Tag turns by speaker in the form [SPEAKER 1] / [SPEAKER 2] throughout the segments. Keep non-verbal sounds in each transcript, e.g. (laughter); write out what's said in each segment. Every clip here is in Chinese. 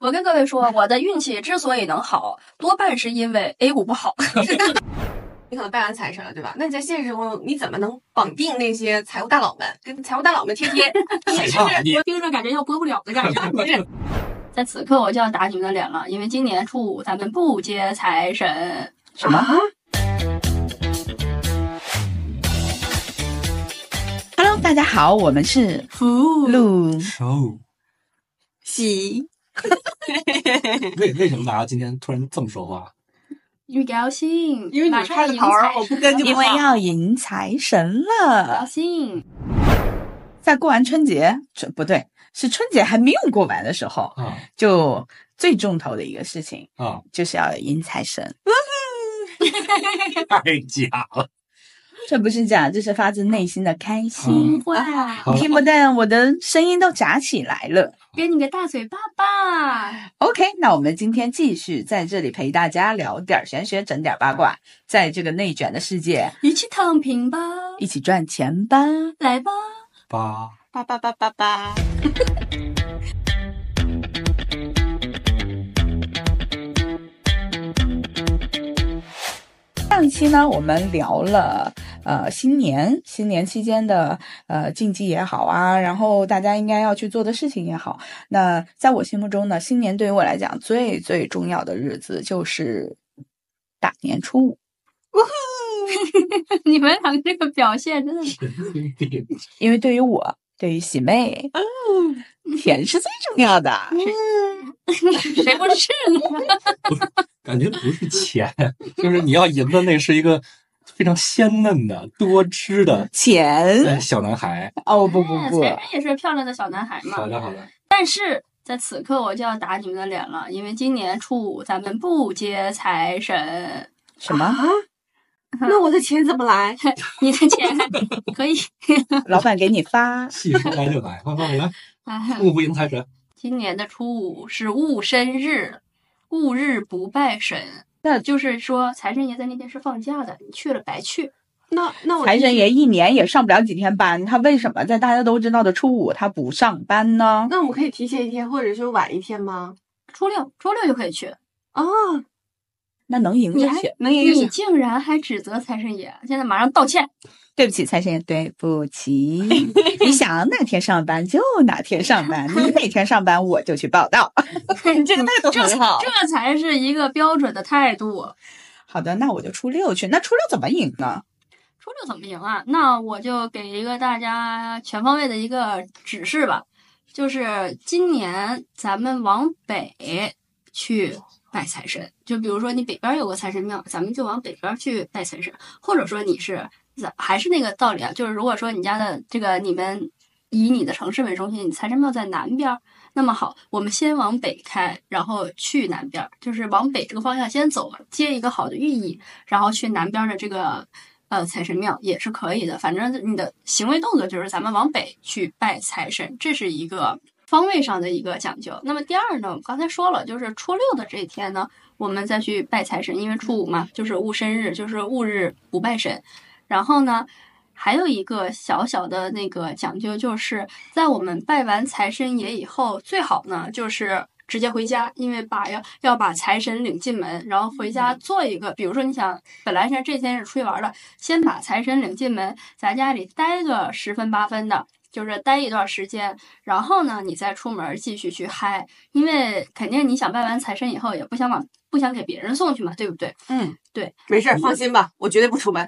[SPEAKER 1] 我跟各位说，我的运气之所以能好，多半是因为 A 股不好。 (laughs)
[SPEAKER 2] 你可能拜完财神了，对吧？那你在现实中你怎么能绑定那些财务大佬们，跟财务大佬们贴贴？ (laughs)
[SPEAKER 3] 害怕你
[SPEAKER 4] 我听着感觉要播不了的感觉。
[SPEAKER 1] 在此刻，我就要打你们的脸了，因为今年初五咱们不接财神。
[SPEAKER 2] 什么？
[SPEAKER 5] Hello，大家好，我们是
[SPEAKER 4] 服
[SPEAKER 5] 露，
[SPEAKER 3] 哦，
[SPEAKER 4] 喜
[SPEAKER 3] 为为什么大家今天突然这么说话？
[SPEAKER 1] 你高兴，
[SPEAKER 2] 因为
[SPEAKER 1] 马
[SPEAKER 2] 你
[SPEAKER 1] 上
[SPEAKER 2] 开
[SPEAKER 1] 迎
[SPEAKER 2] 头儿，我
[SPEAKER 1] 财
[SPEAKER 2] 不跟就
[SPEAKER 5] 因
[SPEAKER 2] 不
[SPEAKER 5] 为
[SPEAKER 2] 好。
[SPEAKER 5] 要迎财神
[SPEAKER 1] 高
[SPEAKER 5] 了。
[SPEAKER 1] 兴。
[SPEAKER 5] 在过完春节，春不对，是春节还没有过完的时候，
[SPEAKER 3] 啊
[SPEAKER 5] 就最重头的一个事情
[SPEAKER 3] 啊，
[SPEAKER 5] 就是要迎财神。
[SPEAKER 3] (laughs) 太假了！
[SPEAKER 5] 这不是假，这是发自内心的开心。
[SPEAKER 1] 哇，
[SPEAKER 3] 好
[SPEAKER 5] 听不见我的声音都炸起来了。
[SPEAKER 1] 给你个大嘴巴吧！
[SPEAKER 5] OK，那我们今天继续在这里陪大家聊点儿玄学，整点儿八卦，在这个内卷的世界，
[SPEAKER 1] 一起躺平吧，
[SPEAKER 5] 一起赚钱吧。
[SPEAKER 1] 来吧。
[SPEAKER 3] 吧，
[SPEAKER 2] 叭叭叭叭叭。
[SPEAKER 5] 上一期呢，我们聊了呃新年，新年期间的呃禁忌也好啊，然后大家应该要去做的事情也好。那在我心目中呢，新年对于我来讲最最重要的日子就是大年初五。
[SPEAKER 1] 你们俩这个表现真的是
[SPEAKER 5] 因为对于我，对于喜妹，钱是最重要的。
[SPEAKER 1] 谁不是呢？
[SPEAKER 3] 感觉不是钱，就是你要赢的那是一个非常鲜嫩的、多汁的
[SPEAKER 5] 钱
[SPEAKER 3] 哎小男孩。
[SPEAKER 5] 哦不不
[SPEAKER 1] (laughs)
[SPEAKER 5] 不，
[SPEAKER 1] 哎财神也是漂亮的小男孩嘛。
[SPEAKER 3] 好的，好的，
[SPEAKER 1] 但是在此刻，我就要打你们的脸了，因为今年初五咱们不接财神，
[SPEAKER 5] 什么？
[SPEAKER 2] (laughs) 那我的钱怎么来？
[SPEAKER 1] (laughs) 你的钱可以。
[SPEAKER 5] 老板给你发
[SPEAKER 3] 戏说来就来，快快来，
[SPEAKER 1] 哎
[SPEAKER 3] 幕不迎财神。
[SPEAKER 1] 今年的初五是戊申日，戊日不拜神。
[SPEAKER 5] 那
[SPEAKER 1] 就是说，财神爷在那天是放假的，你去了白去。
[SPEAKER 2] 那那我
[SPEAKER 5] 财神爷一年也上不了几天班，他为什么在大家都知道的初五他不上班呢？
[SPEAKER 2] 那我们可以提前一天，或者是晚一天吗？
[SPEAKER 1] 初六，初六就可以去。
[SPEAKER 2] 啊，
[SPEAKER 5] 那能赢
[SPEAKER 1] 你
[SPEAKER 5] 就
[SPEAKER 1] 还
[SPEAKER 5] 行。
[SPEAKER 2] 能赢
[SPEAKER 1] 你竟然还指责财神爷，现在马上道歉。
[SPEAKER 5] 对不起，财神爷，对
[SPEAKER 1] (laughs)
[SPEAKER 5] 不起。你想哪天上班就哪天上班，你哪天上班我就去
[SPEAKER 1] (laughs)
[SPEAKER 5] 报道。
[SPEAKER 2] 你这个态度很好。
[SPEAKER 1] 这才是一个标准的态度。
[SPEAKER 5] (laughs)
[SPEAKER 1] 啊
[SPEAKER 5] 好的，那我就初六去。那初六怎么赢呢？
[SPEAKER 1] 初六怎么赢啊？那我就给一个大家全方位的一个指示吧，就是今年咱们往北去拜财神，就比如说你北边有个财神庙，咱们就往北边去拜财神，或者说你是还是那个道理啊，就是如果说你家的这个你们以你的城市为中心，你财神庙在南边。那么好，我们先往北开，然后去南边，就是往北这个方向先走，接一个好的寓意，然后去南边的这个呃财神庙也是可以的。反正你的行为动作就是咱们往北去拜财神，这是一个方位上的一个讲究。那么第二呢，我们刚才说了，就是初六的这一天呢，我们再去拜财神，因为初五嘛，就是戊申日，就是戊日不拜神。然后呢，还有一个小小的那个讲究，就是在我们拜完财神爷以后，最好呢就是直接回家，因为把要要把财神领进门，然后回
[SPEAKER 3] 嗯
[SPEAKER 1] 家做一个，比如说你想本来是这天是出去玩的，先把财神领进门，在家里待个十分八分的。就是待一段时间，然后呢，你再出门继续去嗨，因为肯定你想拜完财神以后，也不想往不想给别人送去嘛，对不对？
[SPEAKER 2] (laughs)
[SPEAKER 1] (laughs)
[SPEAKER 2] 嗯，
[SPEAKER 1] 对，
[SPEAKER 2] 没事儿，放心吧，我绝对不出门。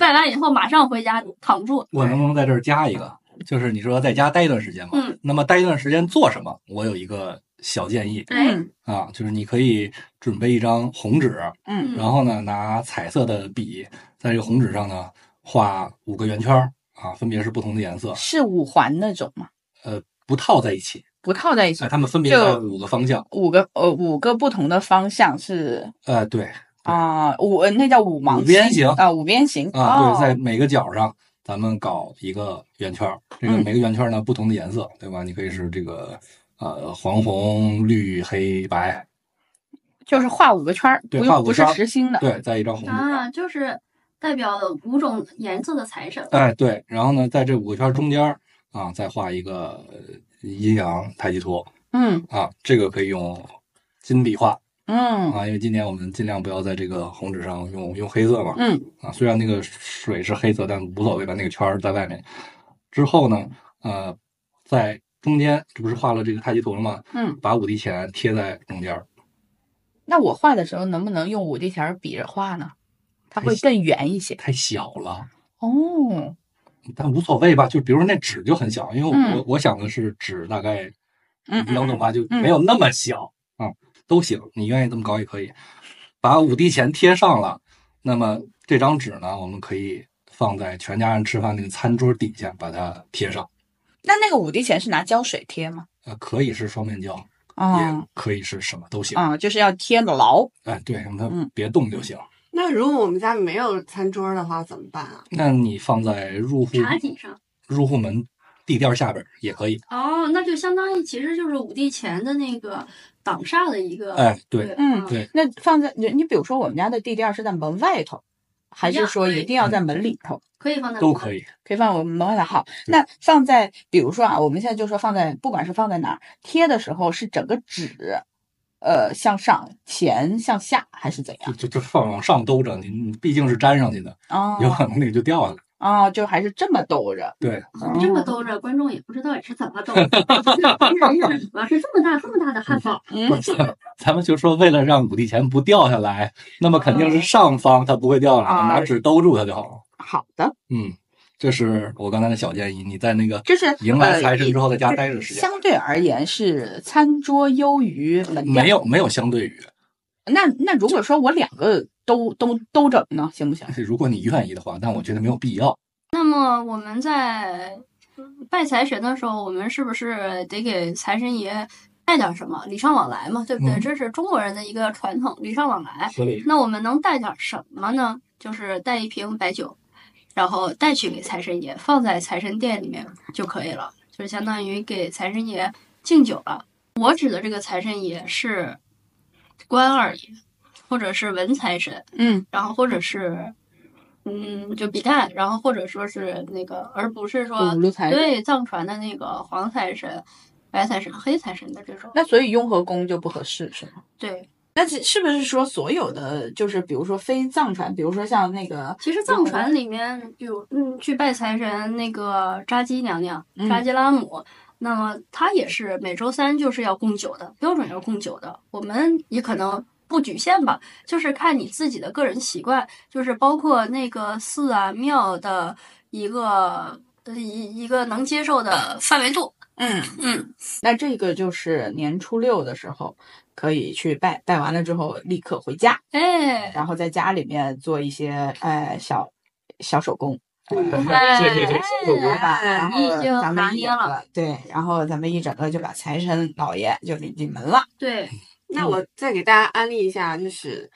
[SPEAKER 1] 拜完以后马上回家躺住，
[SPEAKER 3] 我能不能在这儿加一个？就是你说在家待一段时间嘛
[SPEAKER 1] 嗯，
[SPEAKER 3] 那么待一段时间做什么？我有一个小建议
[SPEAKER 1] 哎，
[SPEAKER 2] 嗯
[SPEAKER 3] 啊，就是你可以准备一张红纸，
[SPEAKER 1] 嗯
[SPEAKER 3] 然后呢，拿彩色的笔在这个红纸上呢画五个圆圈儿啊，分别是不同的颜色，
[SPEAKER 5] 是五环那种吗？
[SPEAKER 3] 呃，不套在一起，
[SPEAKER 5] 不套在一起
[SPEAKER 3] 哎，，他们分别在五个方向，
[SPEAKER 5] 五个呃五个不同的方向是
[SPEAKER 3] 呃，对
[SPEAKER 5] 啊、五呃那叫五芒
[SPEAKER 3] 五边
[SPEAKER 5] 星
[SPEAKER 3] 形
[SPEAKER 5] 啊、五边形
[SPEAKER 3] 啊，
[SPEAKER 5] 哦
[SPEAKER 3] 对，在每个角上咱们搞一个圆圈儿，这个
[SPEAKER 5] 嗯
[SPEAKER 3] 每个圆圈儿呢不同的颜色，对吧？你可以是这个呃黄红绿黑白，
[SPEAKER 5] 就是画五个圈儿，
[SPEAKER 3] 对
[SPEAKER 5] 不
[SPEAKER 3] 画
[SPEAKER 5] 用
[SPEAKER 3] 五
[SPEAKER 5] 不
[SPEAKER 3] 个
[SPEAKER 5] 是
[SPEAKER 3] 圈儿
[SPEAKER 5] 实心的，
[SPEAKER 3] 对，在一张红纸上，
[SPEAKER 1] 啊，就是代表五种颜色的财神。
[SPEAKER 3] 哎，对，然后呢，在这五个圈儿中间儿啊，再画一个呃阴阳太极图，
[SPEAKER 5] 嗯
[SPEAKER 3] 啊，这个可以用金笔画
[SPEAKER 5] 嗯
[SPEAKER 3] 啊，因为今年我们尽量不要在这个红纸上用用黑色嘛，
[SPEAKER 5] 嗯
[SPEAKER 3] 啊，虽然那个水是黑色，但无所谓吧，那个圈儿在外面。之后呢，呃，在中间这不是画了这个太极图了吗？
[SPEAKER 5] 嗯，
[SPEAKER 3] 把五帝钱贴在中间儿，
[SPEAKER 5] 那我画的时候能不能用五帝钱儿比着画呢？它会更圆一些。
[SPEAKER 3] 太小了，
[SPEAKER 5] 哦，
[SPEAKER 3] 但无所谓吧。就比如说那纸就很小，因为我、
[SPEAKER 5] 嗯
[SPEAKER 3] 我我想的是纸大概
[SPEAKER 5] 嗯嗯
[SPEAKER 3] 腰那么大，就没有那么小啊、都行，你愿意这么高也可以。把五帝钱贴上了，那么这张纸呢，我们可以放在全家人吃饭那个餐桌底下，把它贴上。
[SPEAKER 5] 那那个五帝钱是拿胶水贴吗？
[SPEAKER 3] 呃，可以是双面胶，也
[SPEAKER 5] 啊
[SPEAKER 3] 可以是什么都行。
[SPEAKER 5] 啊，就是要贴牢。
[SPEAKER 3] 哎，对，让它
[SPEAKER 5] 嗯
[SPEAKER 3] 别动就行。
[SPEAKER 2] 那如果我们家没有餐桌的话怎么办啊？
[SPEAKER 3] 那你放在入户
[SPEAKER 1] 茶几上。
[SPEAKER 3] 入户门地垫下边儿也可以。
[SPEAKER 1] 哦，那就相当于其实就是五帝钱的那个挡煞的一个。
[SPEAKER 3] 哎，对，
[SPEAKER 5] 嗯
[SPEAKER 3] 对
[SPEAKER 5] 那放在你，你比如说我们家的地垫儿是在门外头，还
[SPEAKER 1] 一
[SPEAKER 5] 是
[SPEAKER 1] 样
[SPEAKER 5] 说
[SPEAKER 1] 可以
[SPEAKER 5] 一定要在门里头？
[SPEAKER 1] 可以放在
[SPEAKER 3] 都可以。
[SPEAKER 5] 可以放我们门外头。好，那放在比如说啊，我们现在就说放在，不管是放在哪儿贴的时候，是整个纸，呃，向上、前向下还是怎
[SPEAKER 3] 就
[SPEAKER 5] 样？
[SPEAKER 3] 就就放往上兜着，你你毕竟是粘上去的，
[SPEAKER 5] 哦嗯
[SPEAKER 3] 有可能那个就掉下来。
[SPEAKER 5] 哦，就还是这么兜着。
[SPEAKER 3] 对，
[SPEAKER 1] 我这么兜着，观众也不知道你是怎么兜的。 (laughs) 就是我是这么大这么大的汉堡，
[SPEAKER 5] 嗯
[SPEAKER 3] 咱们就说为了让五帝钱不掉下来，那么肯定是上方它不会掉下来，
[SPEAKER 5] 啊
[SPEAKER 3] 拿纸兜住它就好了。
[SPEAKER 5] 好的，
[SPEAKER 3] 嗯，这是我刚才的小建议。你在那个
[SPEAKER 5] 就是
[SPEAKER 3] 迎来财神之后，在
[SPEAKER 5] 在
[SPEAKER 3] 家待着时间
[SPEAKER 5] 相对而言是餐桌优于门店
[SPEAKER 3] 没。有没有相对于，
[SPEAKER 5] 那那如果说我两个都都都整呢，行不行？
[SPEAKER 3] 如果你愿意的话，但我觉得没有必要。
[SPEAKER 1] (laughs) 那么我们在拜财神的时候，我们是不是得给财神爷带点什么？礼尚往来嘛，对不对？
[SPEAKER 3] 嗯
[SPEAKER 1] 这是中国人的一个传统，礼尚往来。
[SPEAKER 3] 合理。
[SPEAKER 1] 那我们能带点什么呢？就是带一瓶白酒，然后带去给财神爷，放在财神殿里面就可以了，就是相当于给财神爷敬酒了。我指的这个财神爷是关二爷，或者是文财神，
[SPEAKER 5] 嗯
[SPEAKER 1] 然后或者是嗯，就笔袋，然后或者说是那个，而不是说
[SPEAKER 5] 五路财神
[SPEAKER 1] 对藏传的那个黄财神、白财神、黑财神的这种。
[SPEAKER 5] 那所以雍和宫就不合适，是吗？
[SPEAKER 1] 对，
[SPEAKER 5] 那是是不是说所有的就是比如说非藏传，比如说像那个
[SPEAKER 1] 其实藏传里面有，嗯，去拜财神那个扎基娘娘、
[SPEAKER 5] 嗯
[SPEAKER 1] 扎基拉姆，那么她也是每周三就是要供酒的，标准要供酒的。我们也可能不局限吧，就是看你自己的个人习惯，就是包括那个寺啊庙的一个呃一一个能接受的范围度。
[SPEAKER 5] 嗯
[SPEAKER 1] 嗯，
[SPEAKER 5] 那这个就是年初六的时候可以去拜，拜完了之后立刻回家，
[SPEAKER 1] 哎，
[SPEAKER 5] 然后在家里面做一些哎小小手工，
[SPEAKER 1] 哎
[SPEAKER 5] 对吧？
[SPEAKER 2] 哎
[SPEAKER 5] 然后
[SPEAKER 1] 已经
[SPEAKER 5] 咱
[SPEAKER 1] 拿
[SPEAKER 5] 们一
[SPEAKER 1] 捏
[SPEAKER 5] 整
[SPEAKER 1] 了
[SPEAKER 5] 个对，然后咱们一整个就把财神老爷就领进门了。
[SPEAKER 1] 对，
[SPEAKER 2] 那我再给大家安利一下，就是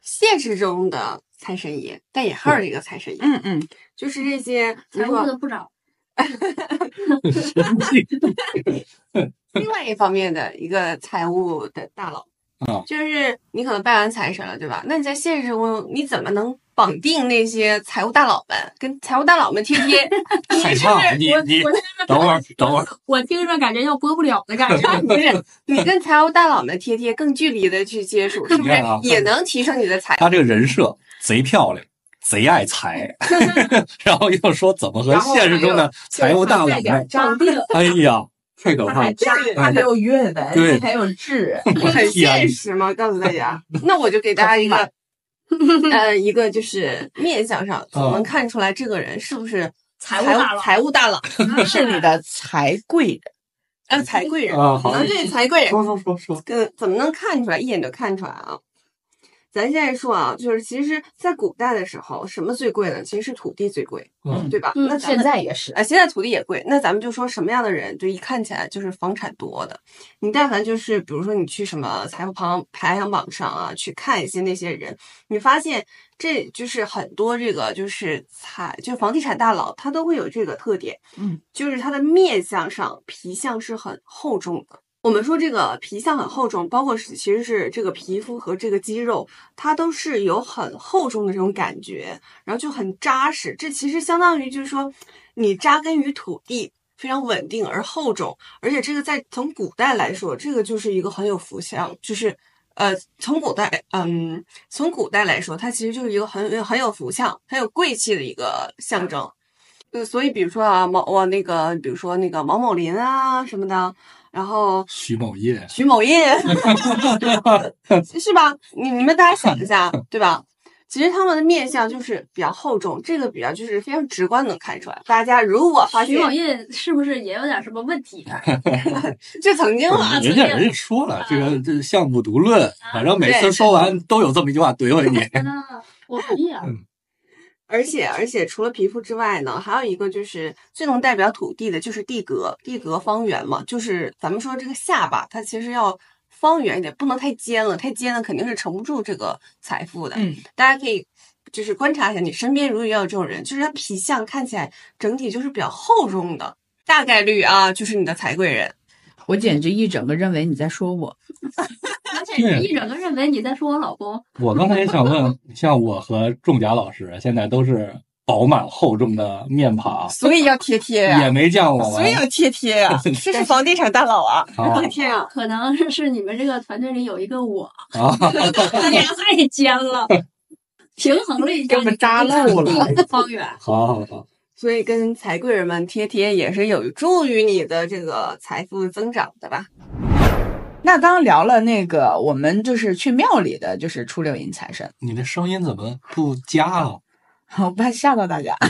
[SPEAKER 2] 现实中的财神爷，但也还是这个财神爷，
[SPEAKER 5] 嗯嗯，
[SPEAKER 2] 就是这些
[SPEAKER 1] 财务
[SPEAKER 2] 如果
[SPEAKER 1] 的部
[SPEAKER 2] (laughs)
[SPEAKER 1] 长。
[SPEAKER 3] 神气
[SPEAKER 2] 另外一方面的一个财务的大佬。
[SPEAKER 3] 啊
[SPEAKER 2] 就是你可能拜完财神了，对吧？那你在现实中你怎么能绑定那些财务大佬们，跟财务大佬们贴贴？
[SPEAKER 3] 害
[SPEAKER 5] 哦
[SPEAKER 3] 怕你你等会儿等会儿，
[SPEAKER 4] 我听着感觉要播不了的
[SPEAKER 5] (laughs)
[SPEAKER 4] 感觉。
[SPEAKER 2] 不是，啊你跟财务大佬们贴贴，更距离的去接触，是不
[SPEAKER 3] 你
[SPEAKER 2] 是
[SPEAKER 3] 看啊
[SPEAKER 2] 也能提升你的财务？
[SPEAKER 3] 他这个人设贼漂亮，贼爱 (laughs) 财，然后又说怎么和现实中的财务大佬们，
[SPEAKER 5] 张定，
[SPEAKER 3] 哎呀，太可怕了！
[SPEAKER 5] 扎
[SPEAKER 3] 哎
[SPEAKER 5] 还有韵文，
[SPEAKER 3] 对
[SPEAKER 5] 还有智， (laughs)
[SPEAKER 2] (laughs) 很
[SPEAKER 3] 天
[SPEAKER 2] 现实吗？告诉大家，那我就给大家一个， (laughs) 呃，一个就是面相上总能看出来这个人是不是
[SPEAKER 1] 财务大佬
[SPEAKER 2] 财务大佬，
[SPEAKER 5] 是你的财贵人。
[SPEAKER 2] 呃，财贵人，
[SPEAKER 3] 啊，好
[SPEAKER 2] 能，对财贵人，
[SPEAKER 3] 说说说说，
[SPEAKER 2] 跟怎么能看出来？一眼就看出来啊！咱现在说啊，就是其实，在古代的时候，什么最贵呢？其实是土地最贵，
[SPEAKER 3] 嗯
[SPEAKER 2] 对吧？
[SPEAKER 1] 嗯
[SPEAKER 2] 那咱
[SPEAKER 5] 现
[SPEAKER 2] 们
[SPEAKER 5] 在也是，
[SPEAKER 2] 啊，现在土地也贵，那咱们就说什么样的人，就一看起来就是房产多的。你但凡就是，比如说你去什么财富排行排行榜上啊，去看一些那些人，你发现这就是很多这个就是财就房地产大佬，他都会有这个特点，
[SPEAKER 5] 嗯，
[SPEAKER 2] 就是他的面相上皮相是很厚重的。我们说这个皮相很厚重，包括是其实是这个皮肤和这个肌肉，它都是有很厚重的这种感觉。然后就很扎实。这其实相当于就是说，你扎根于土地，非常稳定而厚重，而且这个在从古代来说，这个就是一个很有福相，就是。呃，从古代，嗯，从古代来说，它其实就是一个很很有福相、很有贵气的一个象征。呃，所以比如说啊，毛我那个，比如说那个毛某林啊什么的，然后
[SPEAKER 3] 徐某业，
[SPEAKER 2] 徐某印，是吧？你你们大家想一下，对吧？其实他们的面相就是比较厚重，这个比较就是非常直观能看出来。大家如果发现
[SPEAKER 1] 徐，某印是不是也有点什么问题啊？
[SPEAKER 2] 就曾 (laughs) 经啊，
[SPEAKER 3] 人家人家说了，这个这项目独论，反正每次说完都有这么一句话怼回你。
[SPEAKER 2] (laughs)
[SPEAKER 1] 啊我同意
[SPEAKER 2] 嗯
[SPEAKER 1] 啊，
[SPEAKER 2] 而且而且除了皮肤之外呢，还有一个就是最能代表土地的，就是地格，地格方圆嘛，就是咱们说这个下巴，它其实要方圆一点，不能太尖了，太尖了肯定是撑不住这个财富的。
[SPEAKER 5] 嗯，
[SPEAKER 2] 大家可以就是观察一下，你身边如果也有这种人，就是他皮相看起来整体就是比较厚重的，大概率啊就是你的财贵人。
[SPEAKER 5] 我简直一整个认为你在说我。
[SPEAKER 1] 而且你一整个认为你在说我老公，
[SPEAKER 3] 我刚才也想问，像我和仲甲老师现在都是饱满厚重的面庞，
[SPEAKER 2] 所以要贴贴
[SPEAKER 3] 也没见过
[SPEAKER 2] 啊所
[SPEAKER 3] (laughs)
[SPEAKER 2] 以
[SPEAKER 3] 完
[SPEAKER 2] 要贴贴呀、这是房地产大佬啊， (laughs)
[SPEAKER 3] 啊
[SPEAKER 2] 贴贴啊，
[SPEAKER 1] 可能是是你们这个团队里有一个
[SPEAKER 2] (laughs)
[SPEAKER 1] 我，
[SPEAKER 3] 啊！
[SPEAKER 1] 他俩太尖了，平衡了一下，
[SPEAKER 5] 给我们扎漏了。
[SPEAKER 1] 方圆，
[SPEAKER 3] 好好好，
[SPEAKER 2] 所以跟财贵人们贴贴也是有助于你的这个财富增长的吧？
[SPEAKER 5] 那刚刚聊了那个，我们就是去庙里的，就是初六迎财神，
[SPEAKER 3] 你的声音怎么不佳啊？
[SPEAKER 5] 我怕吓到大家。 (laughs)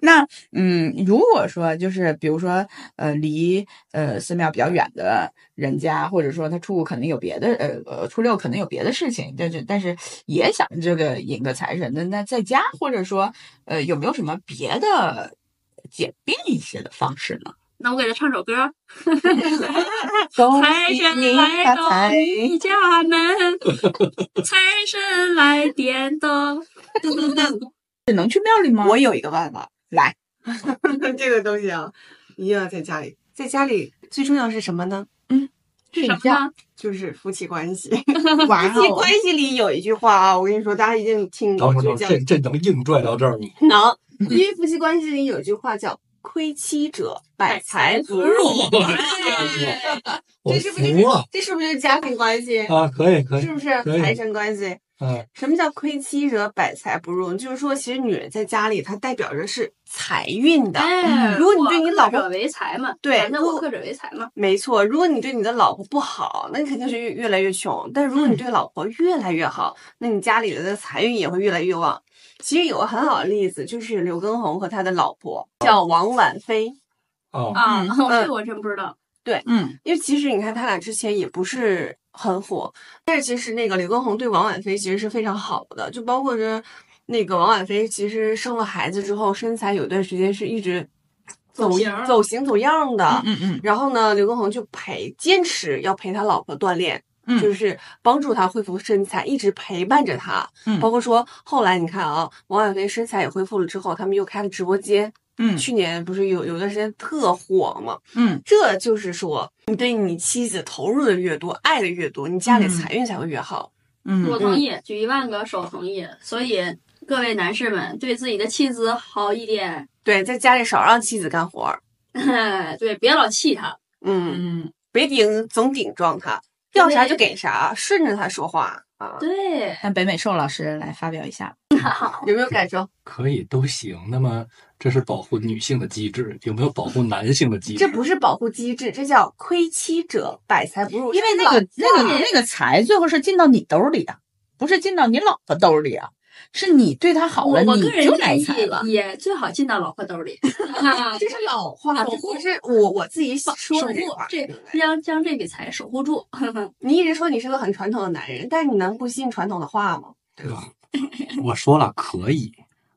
[SPEAKER 5] 那嗯，如果说就是比如说呃离呃寺庙比较远的人家，或者说他初五可能有别的呃呃初六可能有别的事情，但是但是也想这个引个财神的，那在家或者说呃有没有什么别的简便一些的方式呢？
[SPEAKER 1] 那我给他唱首歌，
[SPEAKER 2] 哦
[SPEAKER 5] 恭
[SPEAKER 1] 财
[SPEAKER 5] 喜
[SPEAKER 1] 神
[SPEAKER 5] 您
[SPEAKER 1] 来
[SPEAKER 5] 发
[SPEAKER 1] 到
[SPEAKER 5] 财！
[SPEAKER 1] 你家门，财神来点
[SPEAKER 2] (laughs)
[SPEAKER 1] 灯，
[SPEAKER 5] 只能去庙里吗？
[SPEAKER 2] 我有一个办法，
[SPEAKER 5] 来，
[SPEAKER 2] (laughs) 这个东西啊，一定要在家里，在家里最重要是什么呢？
[SPEAKER 5] 睡
[SPEAKER 1] 什么
[SPEAKER 5] 觉。
[SPEAKER 1] 呢？
[SPEAKER 2] 就是夫妻关 (laughs) 系。啊
[SPEAKER 5] 哇
[SPEAKER 2] 夫妻
[SPEAKER 5] 哦
[SPEAKER 2] 关！系里有一句话啊，我跟你说，大家一定听过，
[SPEAKER 3] 等会
[SPEAKER 2] 就
[SPEAKER 3] 儿，
[SPEAKER 2] 叫
[SPEAKER 3] 这这能硬拽到
[SPEAKER 2] (laughs)
[SPEAKER 3] 这儿吗？
[SPEAKER 2] 能，
[SPEAKER 3] 嗯
[SPEAKER 2] 因为夫妻关系里有一句话叫“亏妻者百财不入
[SPEAKER 3] (laughs)
[SPEAKER 1] 哎
[SPEAKER 3] 我
[SPEAKER 2] 这是不是
[SPEAKER 3] 服了”，
[SPEAKER 2] 这是不是就是家庭关系？
[SPEAKER 3] 啊！可以可以
[SPEAKER 2] 是，不是
[SPEAKER 3] 可以
[SPEAKER 2] 财神关系？
[SPEAKER 3] 嗯，
[SPEAKER 2] 什么叫亏妻者百财不入？就是说，其实女人在家里她代表着是财运的。
[SPEAKER 1] 哎，
[SPEAKER 2] 如果你对你老
[SPEAKER 1] 我
[SPEAKER 2] 婆
[SPEAKER 1] 克者为财嘛，
[SPEAKER 2] 对
[SPEAKER 1] 反正
[SPEAKER 2] 如
[SPEAKER 1] 我
[SPEAKER 2] 果
[SPEAKER 1] 克者为财嘛，
[SPEAKER 2] 没错，如果你对你的老婆不好，那你肯定是越越来越穷；但如果你对老婆越来越好，那你家里的财运也会越来越旺。其实有个很好的例子，就是刘畊宏和他的老婆叫王婉菲。
[SPEAKER 3] 哦，
[SPEAKER 1] 啊，
[SPEAKER 2] 嗯
[SPEAKER 1] (laughs) 这我真不知道，
[SPEAKER 5] 嗯，
[SPEAKER 2] 因为其实你看他俩之前也不是很火，但是其实那个刘畊宏对王婉菲其实是非常好的，就包括这那个王婉菲其实生了孩子之后，身材有段时间是一直
[SPEAKER 1] 走
[SPEAKER 2] 走
[SPEAKER 1] 形儿
[SPEAKER 2] 走形走样的，
[SPEAKER 5] 嗯嗯
[SPEAKER 2] 然后呢，刘畊宏就陪坚持要陪他老婆锻炼，
[SPEAKER 5] 嗯
[SPEAKER 2] 就是帮助他恢复身材，一直陪伴着他。
[SPEAKER 5] 嗯
[SPEAKER 2] 包括说后来你看啊，王婉菲身材也恢复了之后，他们又开了直播间。
[SPEAKER 5] 嗯
[SPEAKER 2] 去年不是有有段时间特火嘛？
[SPEAKER 5] 嗯
[SPEAKER 2] 这就是说，你对你妻子投入的越多，爱的越多，你家里
[SPEAKER 5] 嗯
[SPEAKER 2] 财运才会越好。
[SPEAKER 5] 嗯
[SPEAKER 1] 我同意，举一万个手同意，所以各位男士们对自己的妻子好一点， (laughs)
[SPEAKER 2] 对，在家里少让妻子干活儿，
[SPEAKER 1] 对，别老气他，
[SPEAKER 2] 嗯，
[SPEAKER 5] 嗯，
[SPEAKER 2] 别顶总顶撞他，要啥就给啥，顺着他说话啊。
[SPEAKER 1] 对，
[SPEAKER 5] 让北美寿老师来发表一下。
[SPEAKER 2] 有没有感受？
[SPEAKER 3] 可以都行。那么这是保护女性的机制，有没有保护男性的机
[SPEAKER 2] 这
[SPEAKER 3] 制？
[SPEAKER 2] 不是保护机制，这叫亏妻者百财不入。
[SPEAKER 5] 因为那个那个那个财最后是进到你兜里的，不是进到你老婆兜里啊，是你对她好
[SPEAKER 1] 我
[SPEAKER 5] 了，
[SPEAKER 1] 我
[SPEAKER 5] 你
[SPEAKER 1] 个人
[SPEAKER 5] 就来
[SPEAKER 1] 建议
[SPEAKER 5] 财了。
[SPEAKER 1] 也最好进到老婆兜
[SPEAKER 5] (laughs)
[SPEAKER 1] 里，
[SPEAKER 2] 这是老话，这不是我我自己说
[SPEAKER 1] 守
[SPEAKER 2] 的这
[SPEAKER 1] 护
[SPEAKER 5] 啊
[SPEAKER 2] 话。
[SPEAKER 1] 这将将这笔财守护住，
[SPEAKER 2] 你一直说你是个很传统的男人，但是你能不信传统的话吗？
[SPEAKER 3] 我说了可以，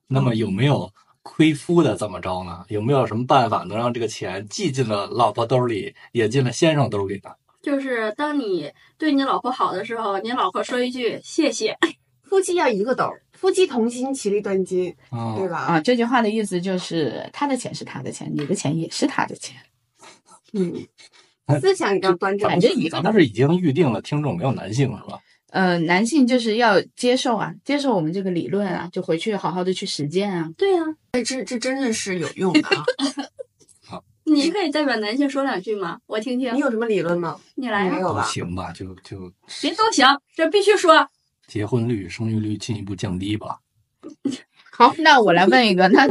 [SPEAKER 3] 那么有没有亏夫的怎么着呢？有没有什么办法能让这个钱既进了老婆兜里，也进了先生兜里呢？
[SPEAKER 1] 就是当你对你老婆好的时候，你老婆说一句谢谢， (laughs)
[SPEAKER 2] 夫妻要一个兜，夫妻同心，其利断金，
[SPEAKER 3] 啊、
[SPEAKER 2] 对吧？
[SPEAKER 5] 啊，这句话的意思就是，他的钱是他的钱，你的钱也是他的钱。
[SPEAKER 2] 嗯，思想一定要端正
[SPEAKER 5] 反。正一个
[SPEAKER 3] 咱们是已经预定了听众没有男性是吧？
[SPEAKER 5] 呃，男性就是要接受啊，接受我们这个理论啊，就回去好好的去实践啊。
[SPEAKER 1] 对呀、
[SPEAKER 2] 哎，这这真的是有用 (laughs) 的啊！
[SPEAKER 1] 你可以代表男性说两句吗？我听听
[SPEAKER 2] 你，有什么理论吗？
[SPEAKER 1] 你来
[SPEAKER 2] 没
[SPEAKER 1] 啊，
[SPEAKER 2] 有
[SPEAKER 3] 都
[SPEAKER 2] 吧？
[SPEAKER 3] 行吧，就就
[SPEAKER 1] 别都行，这必须说。
[SPEAKER 3] 结婚率、生育率进一步降低吧。
[SPEAKER 5] 好，那我来问一个，那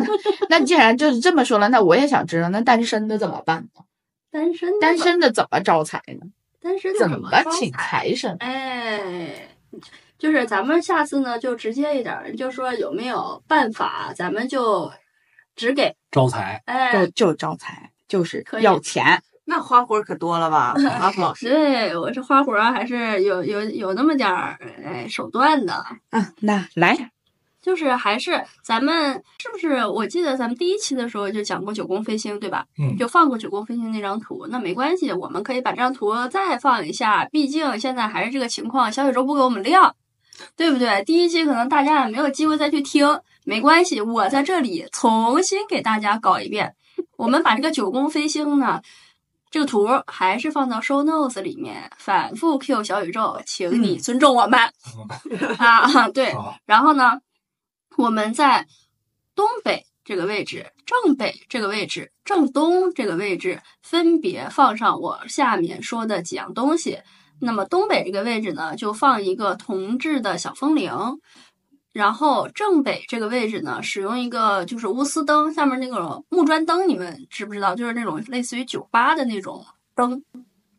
[SPEAKER 5] 那既然就是这么说了，那我也想知道，那单身的怎么办？
[SPEAKER 1] 单身的
[SPEAKER 5] 单身的怎么招财呢？
[SPEAKER 1] 单身的
[SPEAKER 5] 怎
[SPEAKER 1] 么
[SPEAKER 5] 么
[SPEAKER 1] 招
[SPEAKER 5] 请
[SPEAKER 1] 财
[SPEAKER 5] 财神？
[SPEAKER 1] 哎，就是咱们下次呢，就直接一点儿，就说有没有办法，咱们就只给
[SPEAKER 3] 招财，
[SPEAKER 5] 就
[SPEAKER 1] 哎。
[SPEAKER 5] 就招财，就是
[SPEAKER 1] 可以
[SPEAKER 5] 要钱。
[SPEAKER 2] 那花活可多了 (laughs) 吧，阿福老师？
[SPEAKER 1] 对，我这花活儿还是有有有那么点儿哎手段的，
[SPEAKER 5] 嗯，那来，
[SPEAKER 1] 就是还是咱们是不是？我记得咱们第一期的时候就讲过九宫飞星，对吧？
[SPEAKER 3] 嗯
[SPEAKER 1] 就放过九宫飞星那张图，那没关系，我们可以把这张图再放一下，毕竟现在还是这个情况，小宇宙不给我们亮，对不对？第一期可能大家也没有机会再去听，没关系，我在这里重新给大家搞一遍。我们把这个九宫飞星呢，这个图还是放到 show notes 里面，反复 Q 小宇宙，请你尊重我们、 (laughs) 啊！
[SPEAKER 2] 哎
[SPEAKER 1] 对，
[SPEAKER 3] 啊，
[SPEAKER 1] 然后呢，我们在东北这个位置、正北这个位置、正东这个位置，分别放上我下面说的几样东西。那么东北这个位置呢，就放一个铜制的小风铃。然后正北这个位置呢，使用一个就是钨丝灯，下面那种木砖灯，你们知不知道？就是那种类似于酒吧的那种灯，